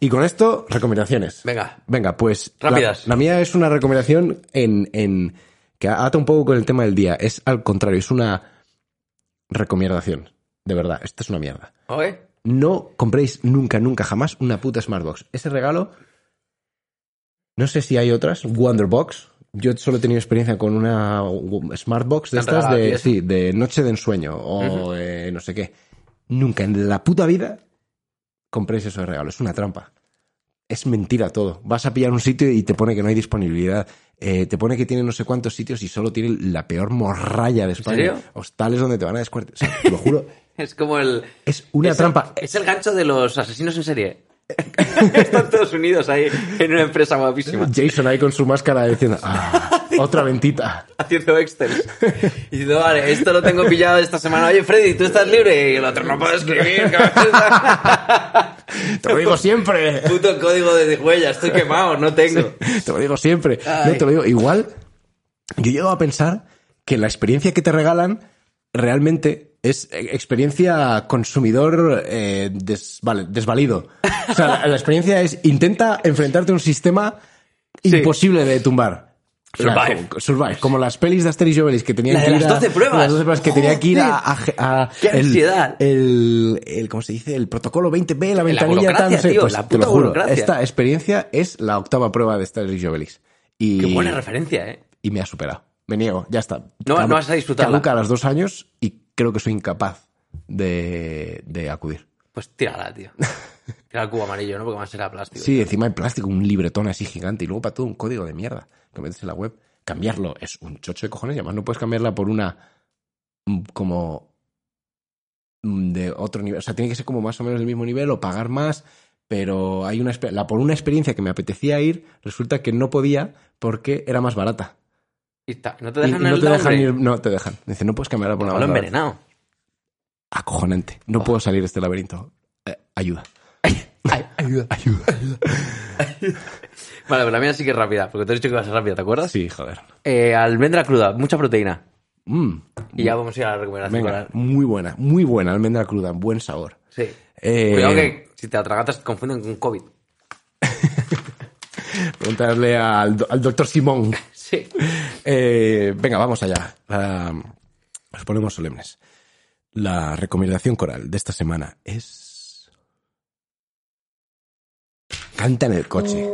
A: Y con esto, recomendaciones.
B: Venga.
A: Venga, pues. la-
B: Rápidas.
A: La, mía es una recomendación en, en. que ata un poco con el tema del día. Es al contrario, es una recomendación. De verdad, esto es una mierda.
B: ¿Oye?
A: no compréis nunca, nunca, jamás una puta Smartbox. Ese regalo, no sé si hay otras, Wonderbox. Yo solo he tenido experiencia con una Smartbox de
B: Te han
A: estas
B: regalado a ti
A: de,
B: eso.
A: sí, de noche de ensueño o eh, no sé qué. Nunca en la puta vida compréis eso de regalo. Es una trampa. Es mentira todo. Vas a pillar un sitio y te pone que no hay disponibilidad. Eh, te pone que tiene no sé cuántos sitios y solo tiene la peor morralla de España.
B: serio?
A: Hostales donde te van a descuartizar. O sea, te lo juro.
B: Es como el...
A: Es una
B: es el-
A: trampa.
B: es el gancho de los asesinos en serie. Están todos unidos ahí en una empresa guapísima.
A: Jason ahí con su máscara diciendo, "Ah, otra ventita.
B: haciendo Excel. Y diciendo, vale, esto lo tengo pillado esta semana. Oye, Freddy, ¿tú estás libre? Y el otro, no puedo escribir, cabrón.
A: Te lo digo siempre.
B: Puto código de huella, estoy quemado, no tengo.
A: Te lo digo siempre. No,
B: Ay.
A: te lo digo. Igual, yo llego a pensar que la experiencia que te regalan realmente es eh, experiencia consumidor eh, des- vale, desvalido. O sea, la, la experiencia es intenta enfrentarte a un sistema
B: Sí.
A: imposible de tumbar.
B: Survive.
A: La- como- survive. Como las pelis de Asterix y Obelix que tenían
B: La de
A: que
B: las
A: ir a...
B: 12 pruebas.
A: Las 12 pruebas que tenía que ir a... a- a-
B: ¡Qué
A: el-
B: ansiedad!
A: El, el, ¿Cómo se dice? El protocolo 20B, la ventanilla
B: burocracia,
A: tan...
B: tío,
A: pues,
B: la
A: te lo
B: puta
A: juro,
B: burocracia.
A: esta- experiencia es la octava prueba de Star y Obelix. Y,
B: Qué buena referencia, ¿eh?
A: y me ha superado. Me niego, ya está.
B: No- no vas a disfrutarla.
A: Caduca a los dos años y creo que soy incapaz de, de acudir.
B: Pues tírala, tío. Tira el cubo amarillo, ¿no? Porque más será plástico.
A: Sí, encima en plástico, un libretón así gigante y luego para todo un código de mierda que metes en la web. Cambiarlo es un chocho de cojones y además no puedes cambiarla por una mm, como mm, de otro nivel. O sea, tiene que ser como más o menos del mismo nivel o pagar más, pero hay una espe- la, por una experiencia que me apetecía ir, resulta que no podía porque era más barata.
B: Y ta- no te
A: Y- y
B: dejan
A: no
B: el
A: te dejan
B: downgrade.
A: ir- no te dejan. Dice, no puedes cambiarla por una
B: Lo
A: más barata.
B: envenenado.
A: Acojonante. No puedo salir de este laberinto. Eh, ayuda.
B: ayuda.
A: Ayuda.
B: Vale, pero la mía sí que es rápida, porque te he dicho que va a ser rápida, ¿te acuerdas?
A: Sí, joder.
B: Eh, almendra cruda, mucha proteína.
A: Mm.
B: Y ya vamos a ir a la recomendación.
A: Venga,
B: oral.
A: muy buena, muy buena almendra cruda, buen sabor.
B: Sí.
A: Eh,
B: Cuidado que si te atragantas te confunden con COVID.
A: Preguntarle al, do- al doctor Simón.
B: Sí.
A: Eh, venga, vamos allá. Ah, nos ponemos solemnes. La recomendación coral de esta semana es... Canta en el coche.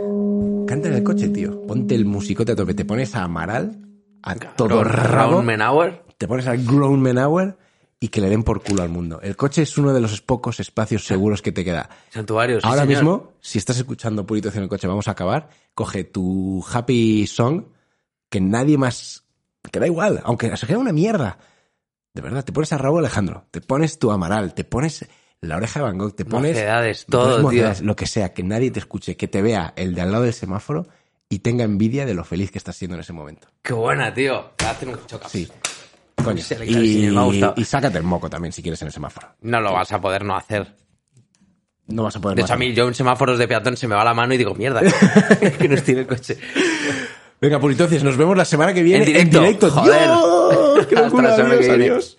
A: Canta en el coche, tío. Ponte el musicote a tope. Te pones a Amaral, a todo rabo.
B: Round Menauer.
A: te pones al grown man hour y que le den por culo al mundo. El coche es uno de los pocos espacios seguros que te queda.
B: Santuario. sí,
A: Ahora
B: señor.
A: mismo, si estás escuchando Puritos en el coche, vamos a acabar. Coge tu happy song que nadie más. que da igual, aunque se queda una mierda. De verdad, te pones a Raúl Alejandro, te pones tu Amaral, te pones la oreja de Van Gogh, te pones.
B: Mocedades,
A: te pones
B: todo, tío.
A: mocedades, Lo que sea, que nadie te escuche, que te vea el de al lado del semáforo y tenga envidia de lo feliz que estás siendo en ese momento.
B: Qué buena, tío. Te hacen un chocazo.
A: Sí. Coño.
B: Se le cae el
A: Y,
B: señor, me ha gustado.
A: y sácate el moco también si quieres en el semáforo.
B: No lo vas a poder no hacer.
A: No vas a poder
B: De
A: más.
B: hecho, a mí yo en semáforos de peatón se me va la mano y digo, mierda, que no estoy en el coche.
A: Venga, pues entonces nos vemos la semana que viene
B: En directo, joder.
A: ¡Dios! ¡Qué
B: Hasta
A: locura!
B: la semana que
A: Adiós,
B: viene.
A: adiós.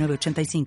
C: 906985.